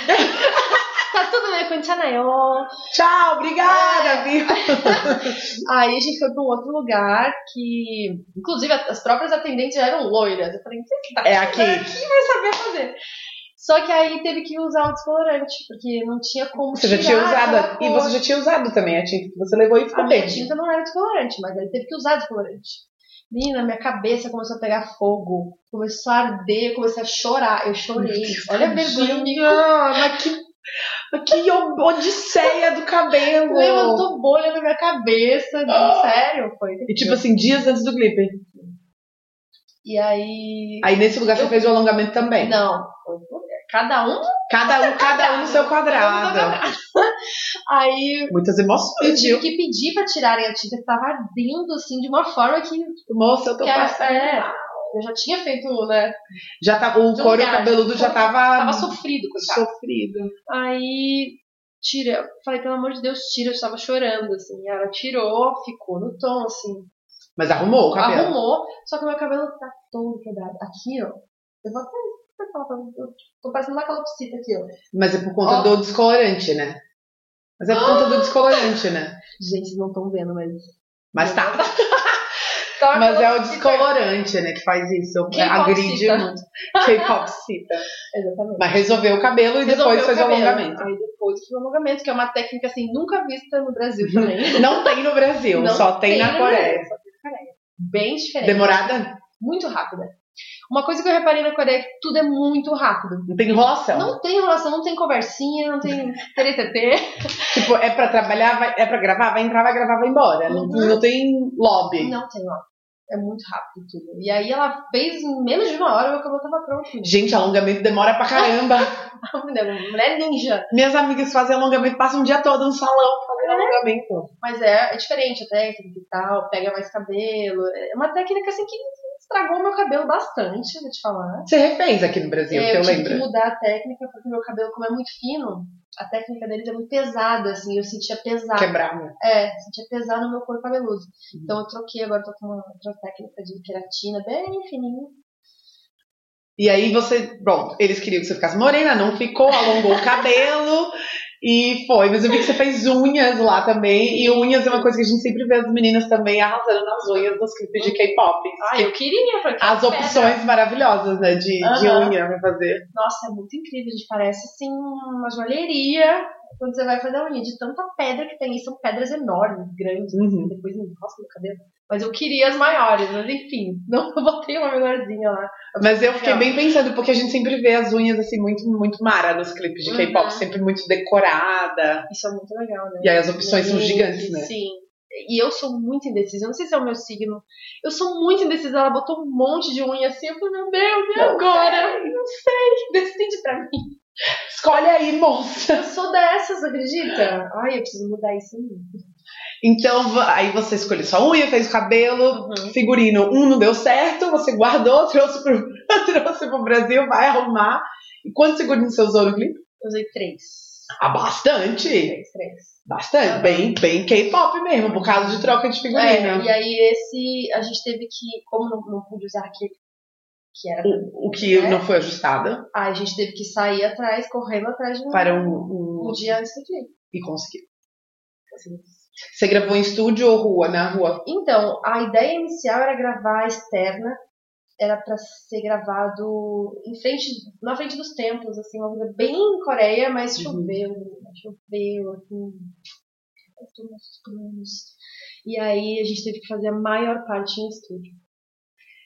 tá tudo bem com o
Tchau,
É.
obrigada, viu?
Aí a gente foi pra um outro lugar que, inclusive, as próprias atendentes já eram loiras. Eu falei, "Vocês que tá
É aqui.
vai saber fazer. Só que aí teve que usar o descolorante, porque não tinha como
Você já tinha
tirar aquela
usado.
cor.
E você já tinha usado também a tinta que você levou e
A
ficou
minha
verde.
tinta não era descolorante, mas aí teve que usar descolorante. Menina, minha cabeça começou a pegar fogo, começou a arder, eu comecei a chorar. Eu chorei. Olha a vergonha. me
Não, Ah, mas que, mas que odisseia do cabelo.
Levantou bolha na minha cabeça, não, sério, foi.
Ah! E tipo assim, dias antes do clipe.
E aí.
Aí nesse lugar você fez o alongamento também.
Não, foi- cada um
Cada um, cada um no seu quadrado.
Aí
Muitas
eu
emoções,
tive
viu?
que pedir pra tirarem a tinta que tava ardendo, assim, de uma forma que.
Moça, eu tô
que era-
passando.
é, eu já tinha feito, né?
Já tá, o
Já
couro
viaja,
cabeludo já
couro
tava,
Tava sofrido, coitado.
sofrido.
Aí tira, eu falei, pelo amor de Deus, tira, eu tava chorando, assim. Ela tirou, ficou no tom, assim,
Mas arrumou o cabelo.
arrumou, só que meu cabelo tá todo quebrado. Aqui, ó. Eu vou até vou até falar pra você. eu tipo, Tô parecendo uma calopsita aqui, ó.
Mas é por conta
Ó.
do descolorante, né? Mas é por conta do descolorante, né?
Gente, vocês não estão vendo, mas.
Mas tá.
Tá uma
Mas é o
calopsita.
descolorante, né, que faz isso.
K-popcita.
Agride muito. K-pop cita.
Exatamente.
Mas resolveu o cabelo e
Resolveu
depois fez o
cabelo.
alongamento.
Aí depois fez o alongamento, que é uma técnica assim, nunca vista no Brasil também.
Não tem no Brasil,
Não
só tem, na
no
Coreia.
Brasil, só tem na Coreia. Bem diferente.
Demorada?
Muito rápida. Uma coisa que eu reparei na Coreia é que tudo é muito rápido.
Não tem enrolação.
Não tem relação, não tem conversinha, não tem TTT.
Tipo, é pra trabalhar, vai- é pra gravar, vai entrar, vai gravar, vai embora. Não,
Uhum.
não tem lobby.
Não tem, ó. É muito rápido tudo. E aí ela fez em menos de uma hora, meu cabelo tava pronto. né?
Gente, alongamento demora pra caramba.
Mulher ninja.
Minhas amigas fazem alongamento, passam o dia todo no salão
É.
fazendo alongamento.
Mas é, é diferente a técnica e tal, pega mais cabelo. É uma técnica assim que estragou meu cabelo bastante, vou te falar.
Você refez aqui no Brasil,
É,
que eu,
tive que
lembro.
mudar a técnica, porque meu cabelo, como é muito fino, a técnica deles é muito pesada, assim, eu sentia pesado.
Quebrar, né?
É, sentia pesado no meu corpo cabeludo.
Uhum.
Então eu troquei, agora eu tô com uma outra técnica de queratina bem fininha.
E aí você, bom, eles queriam que você ficasse morena, não ficou, alongou o cabelo e foi. Mas eu vi que você fez unhas lá também. E unhas é uma coisa que a gente sempre vê as meninas também arrasando nas unhas nos clipes de K-pop.
Ah, eu queria, porque
As opções maravilhosas, né, de, de
Aham.
unha pra fazer.
nossa, é muito incrível, a gente parece assim uma joalheria quando você vai fazer a unha, de tanta pedra que tem, e são pedras enormes, grandes, assim,
Uhum.
depois encosta no cabelo. Mas eu queria as maiores, mas enfim, não eu botei uma menorzinha lá.
Mas eu fiquei
Legal.
bem pensando, porque a gente sempre vê as unhas assim muito, muito mara nos clipes de
Uhum.
K-pop, sempre muito decorada.
Isso é muito legal, né?
E aí as opções são
Sim,
gigantes, né?
Sim. E eu sou muito indecisa. Eu não sei se é o meu signo. Eu sou muito indecisa. Ela botou um monte de unha assim. Eu falei, meu Deus, e
Não
agora? Não sei. Decide pra mim.
Escolhe aí, moça!
Eu sou dessas, acredita? Ai, eu preciso mudar isso em mim.
Então, va- aí você escolheu sua unha, fez o cabelo,
Uhum.
figurino, um não deu certo, você guardou, trouxe pro, trouxe pro Brasil, vai arrumar. E quantos figurinos você usou no clipe?
Eu usei três.
Ah, bastante!
Três, três.
Bastante,
Aham.
bem, bem K-pop mesmo, por causa de troca de
É,
figurino.
e aí esse, a gente teve que, como não, não pude usar aquele que era,
O, o que
É.
não foi ajustado
a gente teve que sair atrás, correndo atrás de um,
para um,
um
um
dia antes do dia. Assim,
e conseguiu. Você gravou em estúdio ou rua? Na rua.
Então, a ideia inicial era gravar externa, era pra ser gravado em frente, na frente dos templos, assim, uma coisa bem em Coreia, mas
Uhum.
choveu, choveu, assim, faltou uns planos. E aí a gente teve que fazer a maior parte em estúdio.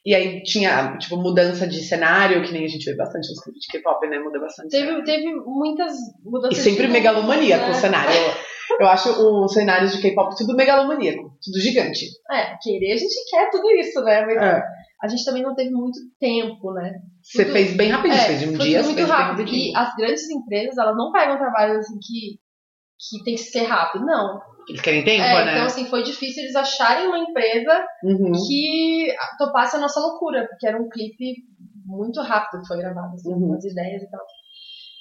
E aí tinha, tipo, mudança de cenário, que nem a gente vê bastante nos clipes de K-pop, né? Muda bastante.
Teve, teve muitas
E
mudanças.
sempre
de-
megalomaníaco o
né?
cenário. Eu- Eu acho os cenários de K-pop tudo megalomaníaco, tudo gigante.
É, querer a gente quer tudo isso, né? Mas
É.
a gente também não teve muito tempo, né?
Você
Tudo-
fez bem rapidinho,
É,
fez de um
foi
dia,
tudo
você
muito
fez bem
rápido. E
rapidinho.
as grandes empresas, elas não pegam trabalhos assim que, que tem que ser rápido. Não.
Eles querem tempo,
É,
né?
Então, assim, foi difícil eles acharem uma empresa
Uhum.
que topasse a nossa loucura, porque era um clipe muito rápido que foi gravado, assim,
Uhum.
com as ideias e tal.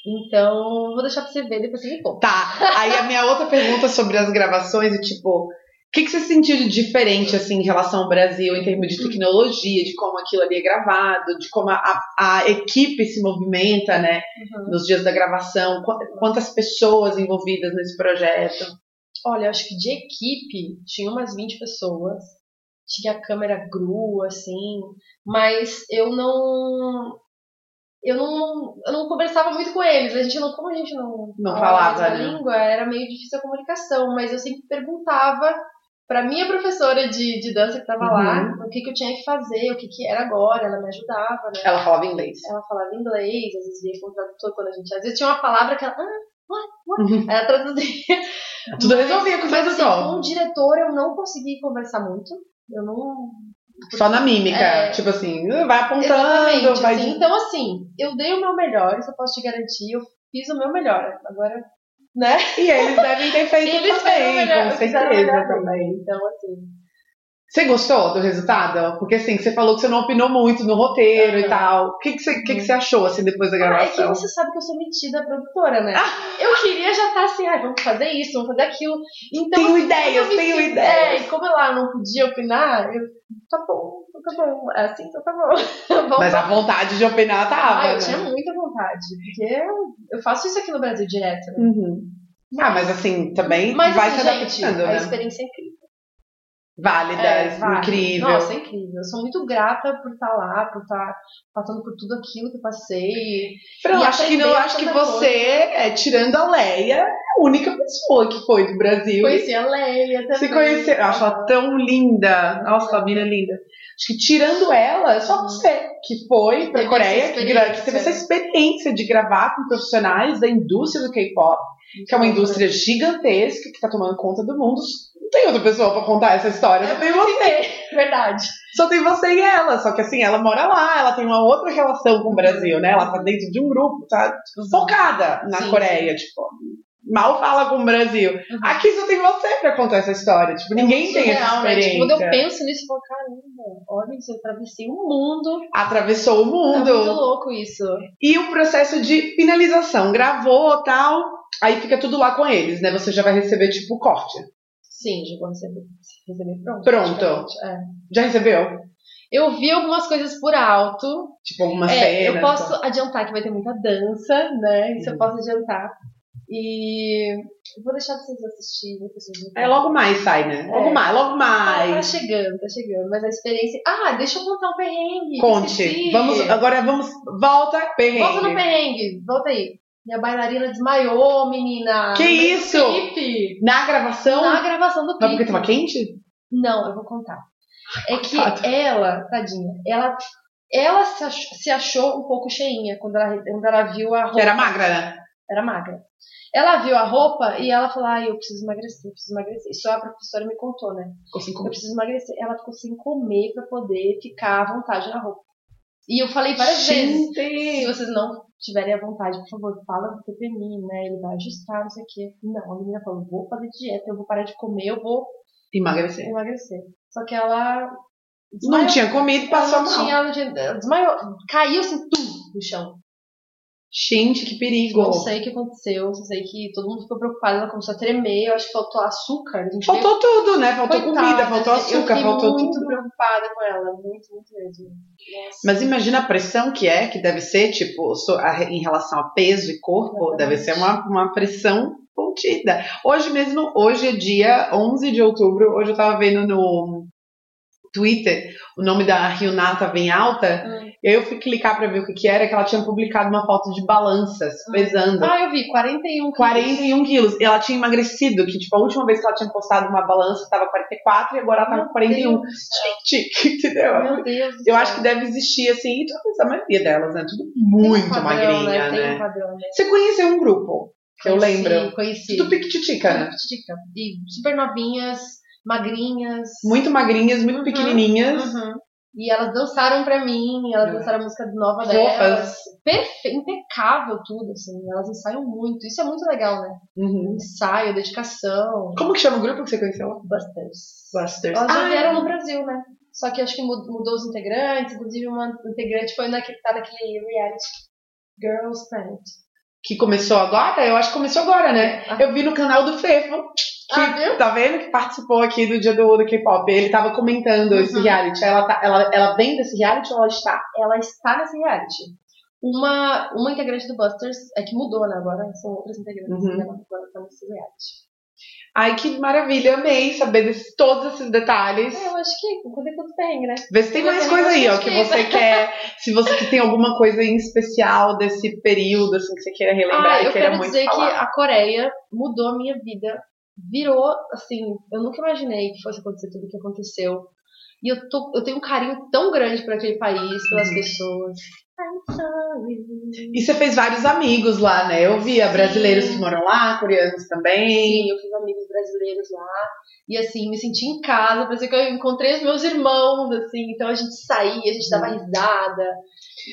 Então, vou deixar pra você ver, depois você me conta.
Tá, aí a minha outra pergunta sobre as gravações é tipo, o que, que você sentiu de diferente assim em relação ao Brasil em termos de tecnologia, de como aquilo ali é gravado, de como a, a- a equipe se movimenta, né,
Uhum.
nos dias da gravação, qua- quantas pessoas envolvidas nesse projeto?
Olha, eu acho que de equipe tinha umas 20 pessoas. Tinha a câmera grua, assim, mas eu não. Eu não, eu não conversava muito com eles. A gente não, como a gente não,
Não
a
falava,
mesma
né?
língua, era meio difícil a comunicação, mas eu sempre perguntava pra minha professora de, de dança que tava
Uhum.
lá o que, que eu tinha que fazer, o que, que era agora, ela me ajudava, né?
Ela falava inglês.
Ela falava inglês, às vezes ia com o tradutor quando a gente. Às vezes tinha uma palavra que ela. Ah, what, what?
Uhum.
Ela traduzia.
Tudo então resolvia com o
Mas assim,
tradutor.
com o diretor eu não consegui conversar muito. Eu não.
Só na mímica,
É.
tipo assim, vai apontando,
Exatamente.
vai
assim, Então, assim, eu dei o meu melhor, isso eu posso te garantir. Eu fiz o meu melhor. Agora, né?
E eles devem ter feito
Eles fizeram o
também,
melhor,
com
fizeram o
certeza
melhor
também.
Então, assim,
Você gostou do resultado? Porque assim, você falou que você não opinou muito no roteiro e
Aham.
tal. O que, que, você, o que que você achou assim depois da
Ah, é que
gravação?
você sabe que eu sou metida produtora, né? Eu queria já estar assim, ah, vamos fazer isso, vamos fazer aquilo. Então,
Tenho
assim,
ideias,
como eu me
tenho
senti-
ideias.
É, e como ela não podia opinar, eu, tá bom, então tá bom, é assim, então tá bom. Vamos
Mas a vontade de opinar tava.
Ah, eu
né?
tinha muita vontade, porque eu, eu faço isso aqui no Brasil direto. né?
Uhum. Ah, mas assim, também
Mas
vai se
assim, gente,
adaptando,
a
né?
experiência é incrível.
Válida,
É, vale.
incrível.
Nossa, é incrível. Eu sou muito grata por estar lá, por estar passando por tudo aquilo que eu passei.
Fran,
E
acho que, não,
aprender
acho que
tanta coisa.
você, é, tirando a Leia, é a única pessoa que foi do Brasil.
Conheci a Leia também.
Se conhecer. Eu acho ela tão linda. Nossa, a mina é linda. Acho que tirando ela, é só você que foi pra
Uhum. Teve
Coreia,
essa
que, gra- que
experiência.
teve essa experiência de gravar com profissionais da indústria do K-pop, que é
Uhum.
uma indústria gigantesca que tá tomando conta do mundo. Não tem outra pessoa pra contar essa
É
história, só tem você.
Verdade.
Só tem você e ela. Só que assim, ela mora lá, ela tem uma outra relação com o Brasil, né? Ela tá dentro de um grupo, tá tipo, focada na
Uhum. Sim, Uhum.
Coreia, tipo. Mal fala com o Brasil. Aqui só tem você pra contar essa história. Tipo, ninguém tem essa
Surreal, né? Tipo,
experiência.
quando eu penso nisso, eu falo, caramba, olha isso, eu atravessei o mundo.
Atravessou o
É muito
mundo.
louco isso.
E o processo de finalização. Gravou, tal. Aí fica tudo lá com eles, né? Você já vai receber, tipo, corte.
Sim, já vou receber, receber pronto.
Pronto.
praticamente, é.
Já recebeu?
Eu vi algumas coisas por alto,
Tipo, algumas
É,
cenas.
eu posso adiantar que vai ter muita dança, né?
Hum.
Isso eu posso adiantar. E eu vou deixar vocês assistirem. Vocês
É, logo mais sai, né? Logo
É.
mais, logo mais.
Tá chegando, tá chegando. Mas a experiência. Ah, deixa eu contar um perrengue. que
Conte.
esqueci.
Vamos, agora vamos. Volta, perrengue.
Volta no perrengue, volta aí. Minha bailarina desmaiou, menina.
Que
No meio do
isso?
clipe.
Na gravação.
Na gravação do
Mas porque
clipe.
tava quente?
Não, eu vou contar. É que
Coitada.
ela, tadinha, ela, ela se ach- se achou um pouco cheinha quando ela, quando ela viu a roupa.
Era magra, né?
era magra. Ela viu a roupa e ela falou: ah, eu preciso emagrecer, eu preciso emagrecer. Isso a professora me contou, né?
Ficou assim sem
Eu
comer.
preciso emagrecer. Ela ficou sem comer pra poder ficar à vontade na roupa. E eu falei várias vezes: se
Gente.
vocês não tiverem à vontade, por favor, fala pro TPM, né? Ele vai ajustar, não sei o quê. Não, a menina falou: vou fazer dieta, eu vou parar de comer, eu vou
Emagrecer.
emagrecer. Só que ela.
Não tinha comido, passou
ela não
mal.
tinha, ela não tinha- ela desmaiou, caiu assim, tum, no chão. Tipo,
Gente, que perigo.
Não sei o que aconteceu, não sei que todo mundo ficou preocupado, ela começou a tremer, eu acho que faltou açúcar. A gente
Faltou tudo, né?
veio-
Faltou
Coitada,
comida, faltou
assim,
açúcar,
eu fiquei
faltou
muito
tudo.
preocupada com ela, muito, muito mesmo. Nossa.
Mas imagina a pressão que é, que deve ser, tipo, so- a- em relação a peso e corpo,
Exatamente.
deve ser uma, uma pressão contida. Hoje mesmo, hoje é dia 11 de outubro, hoje eu tava vendo no Twitter, o nome da Ryuna tava em alta,
Hum.
e aí eu fui clicar pra ver o que que era, que ela tinha publicado uma foto de balanças,
Hum.
pesando.
Ah, eu vi, 41
41 quilos. E Ela tinha emagrecido, que tipo, a última vez que ela tinha postado uma balança tava 44 e agora ela tá com 41. Gente, entendeu?
Meu Deus. do
um. Eu
céu.
acho que deve existir, assim, e talvez a maioria delas, né? Tudo muito
Tem um padrão,
magrinha,
Tem
né?
um padrão, né?
Você conheceu um grupo, que eu
Conheci,
lembro.
Conheci.
Tudo piquititica, né?
Pitica. E super novinhas, magrinhas.
Muito magrinhas, muito pequenininhas.
Uhum. E elas dançaram pra mim, elas
Uhum.
dançaram a música nova dela.
Fofas.
perfe... impecável tudo, assim. Elas ensaiam muito. Isso é muito legal, né?
Uhum.
Ensaio, dedicação,
Como que chama o grupo que você conheceu?
busters.
Busters.
Elas já
Ah,
vieram no Brasil, né? Só que acho que mud- mudou os integrantes. Inclusive, uma integrante foi naquele, tá naquele reality Girls Planet.
que começou agora? Eu acho que começou agora, né?
Ah.
Eu vi no canal do Fefo. Que,
Ah, viu?
Tá vendo? Que participou aqui do dia do, do K-pop. Ele tava comentando esse
Uhum.
reality. Ela, tá- ela, ela vem desse reality ou ela está?
Ela está nesse reality. Uma, uma integrante do Busters é que mudou, né? Agora são outras integrantes
Uhum.
dela que agora estão nesse reality.
Ai, que maravilha. Amei saber desses, todos esses detalhes.
É, eu acho que quando tudo bem, né?
Vê se tem mais
Eu
coisa aí, ó,
acho
que
que
você
sim.
quer. Se você que tem alguma coisa em especial desse período, assim, que você queira relembrar
ah,
e
eu
queira
quero
muito
dizer
falar.
que a Coreia mudou a minha vida. Virou, assim, eu nunca imaginei que fosse acontecer tudo o que aconteceu. E eu, tô, eu tenho um carinho tão grande por aquele país, pelas
Uhum.
pessoas. I'm sorry.
E você fez vários amigos lá, né? Eu via
Sim.
brasileiros que moram lá, coreanos também.
Sim, eu fiz amigos brasileiros lá. E assim, me senti em casa, parecia que eu encontrei os meus irmãos, assim. Então a gente saía, a gente
Uhum.
dava risada,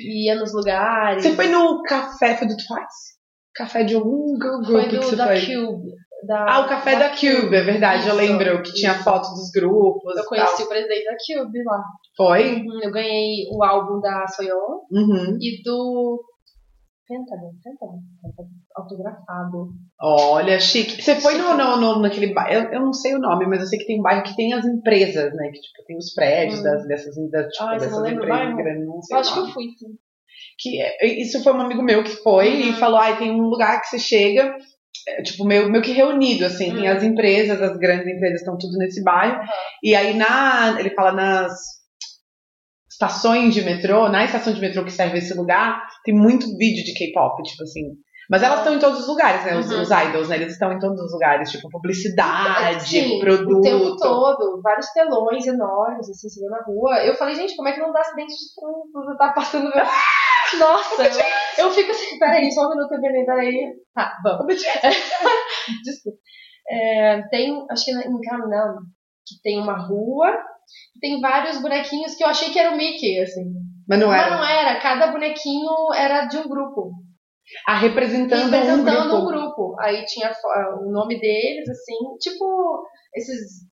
ia nos lugares.
Você foi no café, foi do Twice? Café de algum grupo
Foi
que,
do,
que você
da
foi?
Cube. da-
Ah, o café da, Cube, é verdade. eu
Isso,
lembro que tinha
isso.
foto dos grupos.
Eu
e
conheci
tal.
o presidente da Cube lá.
Foi?
Uhum, Eu ganhei o álbum da Soyeon
Uhum.
e do né? Pentagon, Pentagon, Pentagon autografado.
Olha, chique. Você foi no,
Chique.
no, no- naquele bairro. Eu, eu não sei o nome, mas eu sei que tem bairro que tem as empresas, né? Que tipo, tem os prédios
Hum.
das, dessas, das, tipo,
Ah, você não
dessas
lembra o
empresas
bairro?
grandes. Não sei
Eu
o
acho que
nome.
eu fui, sim.
que é, isso foi um amigo meu que foi e
Uhum.
falou, ai, tem um lugar que você chega, é, tipo, meio, meio que reunido, assim, tem
Uhum.
as empresas, as grandes empresas estão tudo nesse bairro, e aí na, ele fala nas estações de metrô, na estação de metrô que serve esse lugar, tem muito vídeo de K-pop, tipo assim, mas elas estão em todos os lugares, né, os,
Uhum.
os idols, né, eles estão em todos os lugares, tipo, publicidade,
Sim,
produto.
O tempo todo, vários telões enormes, assim, se vê na rua. Eu falei, gente, como é que não dá acidente de trânsito? Tá passando. meu- Nossa, eu, eu fico assim, peraí, só um minuto, Benê, peraí. Tá, vamos. Desculpa. É, tem, acho que na- em Gangnam, que tem uma rua, que tem vários bonequinhos que eu achei que era o Mickey, assim.
Mas não
Mas
era.
não era, cada bonequinho era de um grupo.
Ah, representando, um
representando
grupo.
um grupo. Aí tinha fo- ah, o nome deles, assim, tipo esses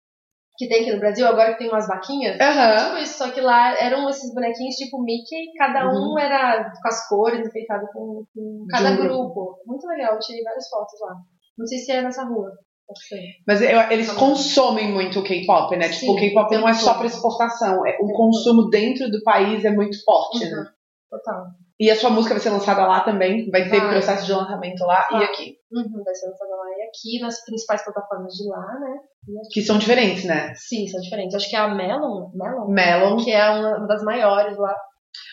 que tem aqui no Brasil, agora que tem umas vaquinhas.
Aham.
Tipo isso, só que lá eram esses bonequinhos tipo Mickey, cada um era com as cores, enfeitado com, com
Uhum. De
cada
um grupo.
grupo. Muito legal, eu tirei várias fotos lá. Não sei se é nessa rua. não sei.
Mas eu- eles
Também.
consomem muito o K-pop, né? tipo,
Tá Sim,
o K-pop
tem
não é só
tudo.
pra exportação. É, o
Tem
consumo dentro do país é muito forte, né?
Uhum. Total.
E a sua música vai ser lançada lá também. Vai ter
Vai.
processo de lançamento lá e
Vai.
aqui.
Uhum, vai ser lançada lá e aqui, nas principais plataformas de lá, né? E aqui.
Que são diferentes, né?
Sim, são diferentes. Acho que é a Melon, Melon,
Melon.
que é uma uma das maiores lá.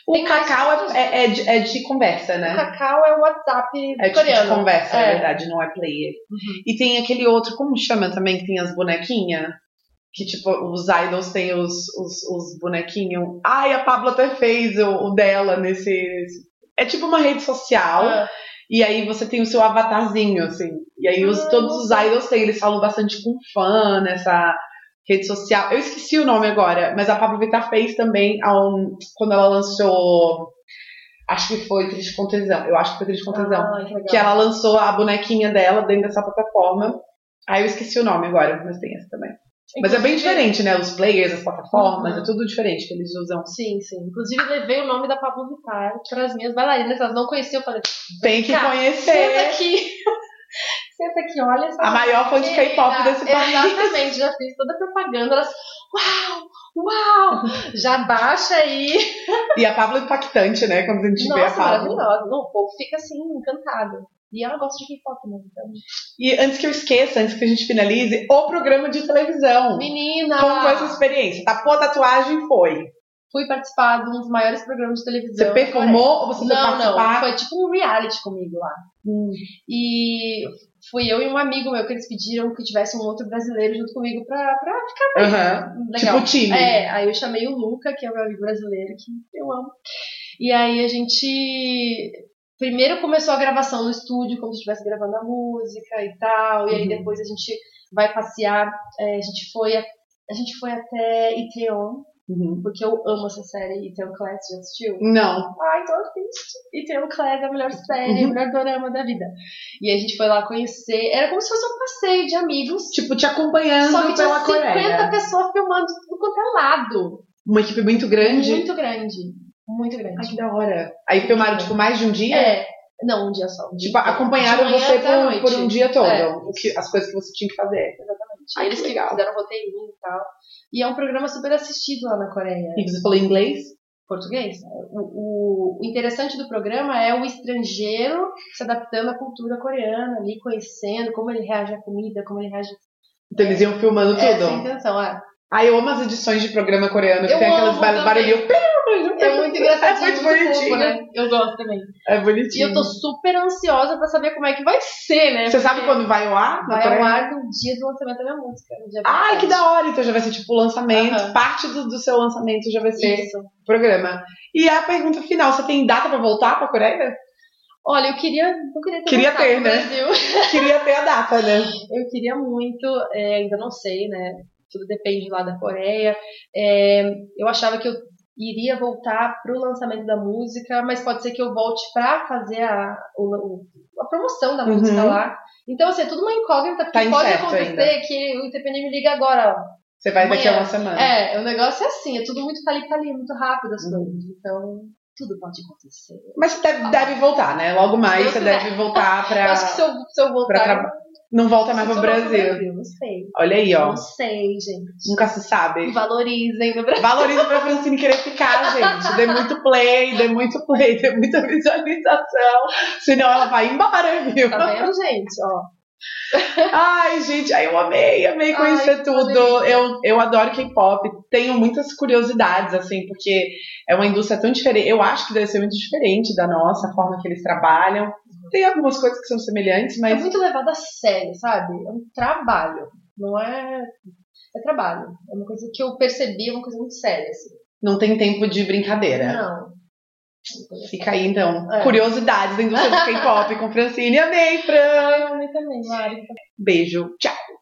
O
Tem mais
cacau
outros.
é, é- é de, é de conversa,
O
né?
Cacau é o WhatsApp
É tipo
coreano.
de conversa, na
É. Uhum.
verdade, não é player. E tem aquele outro, como chama também, que tem as bonequinhas? Que, tipo, os idols têm os, os, os bonequinhos. Ai, a Pablo até fez o, o dela nesse... nesse- É tipo uma rede social.
Ah,
E aí você tem o seu avatarzinho, assim. E aí os,
Ah,
todos os idols têm, eles falam bastante com fã nessa rede social. Eu esqueci o nome agora, mas a Pablo Vittar fez também há um- quando ela lançou. Acho que foi Triste com Tesão. Eu acho que foi Triste com Tesão.
ah, que legal.
Que ela lançou a bonequinha dela dentro dessa plataforma. Aí eu esqueci o nome agora, mas tem essa também. Mas é bem
Inclusive-
diferente, né? Os players, as plataformas,
Uhum.
é tudo diferente que eles usam.
Sim, sim. Inclusive, levei o nome da Pablo Vittar para as minhas bailarinas. Elas não conheciam. Eu falei,
Tem que
Cara,
conhecer.
senta Tá, aqui. Senta aqui, olha essa.
É. A maior fã de K-pop
menina."
desse país.
Exatamente, já fiz toda a propaganda. Elas, uau, uau. Já baixa aí.
E a Pablo é impactante, né? Quando a gente vê a
Nossa,
Pablo.
maravilhosa. Não, o povo fica assim, encantado. E ela gosta de K-pop, né? Então,
Hum. E antes que eu esqueça, antes que a gente finalize, o programa de televisão.
Menina!
Como foi essa experiência? Tapou a tatuagem? Foi.
Fui participar de um dos maiores programas de televisão.
Você
da Coreia.
performou ou você foi
Não, não.
participar?
Foi tipo um reality comigo lá.
Hum.
E fui eu e um amigo meu que eles pediram que tivesse um outro brasileiro junto comigo pra, pra
Aham.
legal.
Tipo time.
É, aí eu chamei o Luca, que é o meu amigo brasileiro, que eu amo. E aí a gente. Primeiro começou a gravação no estúdio, como se estivesse gravando a música e tal. E aí
Uhum.
depois a gente vai passear. é, a, gente foi a, a gente foi até Iteon,
Uhum.
porque eu amo essa série Iteon Class, já assistiu?
Não.
Ah, então assiste. E tem o Claire, a melhor série, o
Uhum.
melhor dorama da vida. E a gente foi lá conhecer. Era como se fosse um passeio de amigos.
Tipo, te acompanhando
Só que tinha
pela
50
Coreia.
pessoas filmando de tudo quanto é lado.
Uma equipe muito grande.
Muito grande. Muito
Ai,
grande.
que da hora. Aí filmaram, tipo, mais de um dia?
É. Não, um dia só. Um dia
Tipo,
inteiro.
acompanharam
De manhã
você
até a
por,
noite.
por um dia todo.
É.
o que- as coisas que você tinha que fazer.
Exatamente.
Ai,
Eles
que
que
legal.
fizeram um roteirinho e tal. E é um programa super assistido lá na Coreia.
E você falou inglês?
Português. O, o- o interessante do programa é o estrangeiro se adaptando à cultura coreana, ali conhecendo como ele reage à comida, como ele reage
Então eles iam filmando
Essa é a
tudo.
intenção, é.
Ai, eu amo as edições de programa coreano, que
Eu
tem aquelas
amo
bar
também.
barulhinho.
É muito engraçado,
É muito bonitinho.
né? Eu gosto também.
É bonitinho.
E eu tô super ansiosa pra saber como é que vai ser, né?
Você sabe quando vai ao ar? na
Vai ao
Coreia?
ar no dia do lançamento da minha música. No dia
Ai, que da hora! Então já vai ser tipo o lançamento,
Aham.
parte do, do seu lançamento já vai ser
Isso.
o programa. E a pergunta final: você tem data pra voltar pra Coreia?
Olha, eu queria, eu queria ter
Queria
voltado
ter,
pro
né?
Brasil.
Queria ter a data, né?
Eu queria muito, é, ainda não sei, né? Tudo depende lá da Coreia. É, eu achava que eu iria voltar pro lançamento da música, mas pode ser que eu volte pra fazer a, o- o- a promoção da música
Uhum.
lá. Então, assim, é tudo uma incógnita, porque
Tá
pode
incerto
acontecer
ainda.
que o ITPN me liga agora, ó.
Você vai daqui a
Amanhã.
uma semana.
É, o negócio é assim, é tudo muito cali-cali, muito rápido as
Uhum.
coisas. Então, tudo pode acontecer.
Mas você deve, deve voltar, né? Logo mais
Deus
você
quiser.
deve voltar
Eu
pra.
acho que se eu, se eu voltar.
pra traba- Não volta mais
se eu
pro
voltar
Brasil.
Não sei.
Olha aí, ó.
Não sei, gente.
Nunca se sabe.
Valorizem no Brasil.
Valoriza pra Francine querer ficar, gente. Dê muito play, dê muito play, dê muita visualização. Senão ela vai embora, viu?
Tá vendo, gente? Ó,
Ai, gente, ai, eu amei, amei conhecer
Ai, que
tudo.
delícia.
Eu, eu adoro K-pop, tenho muitas curiosidades, assim, porque é uma indústria tão diferente. Eu acho que deve ser muito diferente da nossa, a forma que eles trabalham. Tem algumas coisas que são semelhantes,
é
mas
muito levado a sério, sabe? É um trabalho. Não é. É trabalho. É uma coisa que eu percebi, é uma coisa muito séria. Assim.
não tem tempo de brincadeira.
Não.
Fica aí, então.
É.
Curiosidades da indústria do K-pop com Francine. Amei, Fran!
Eu também, Mari.
Beijo, tchau!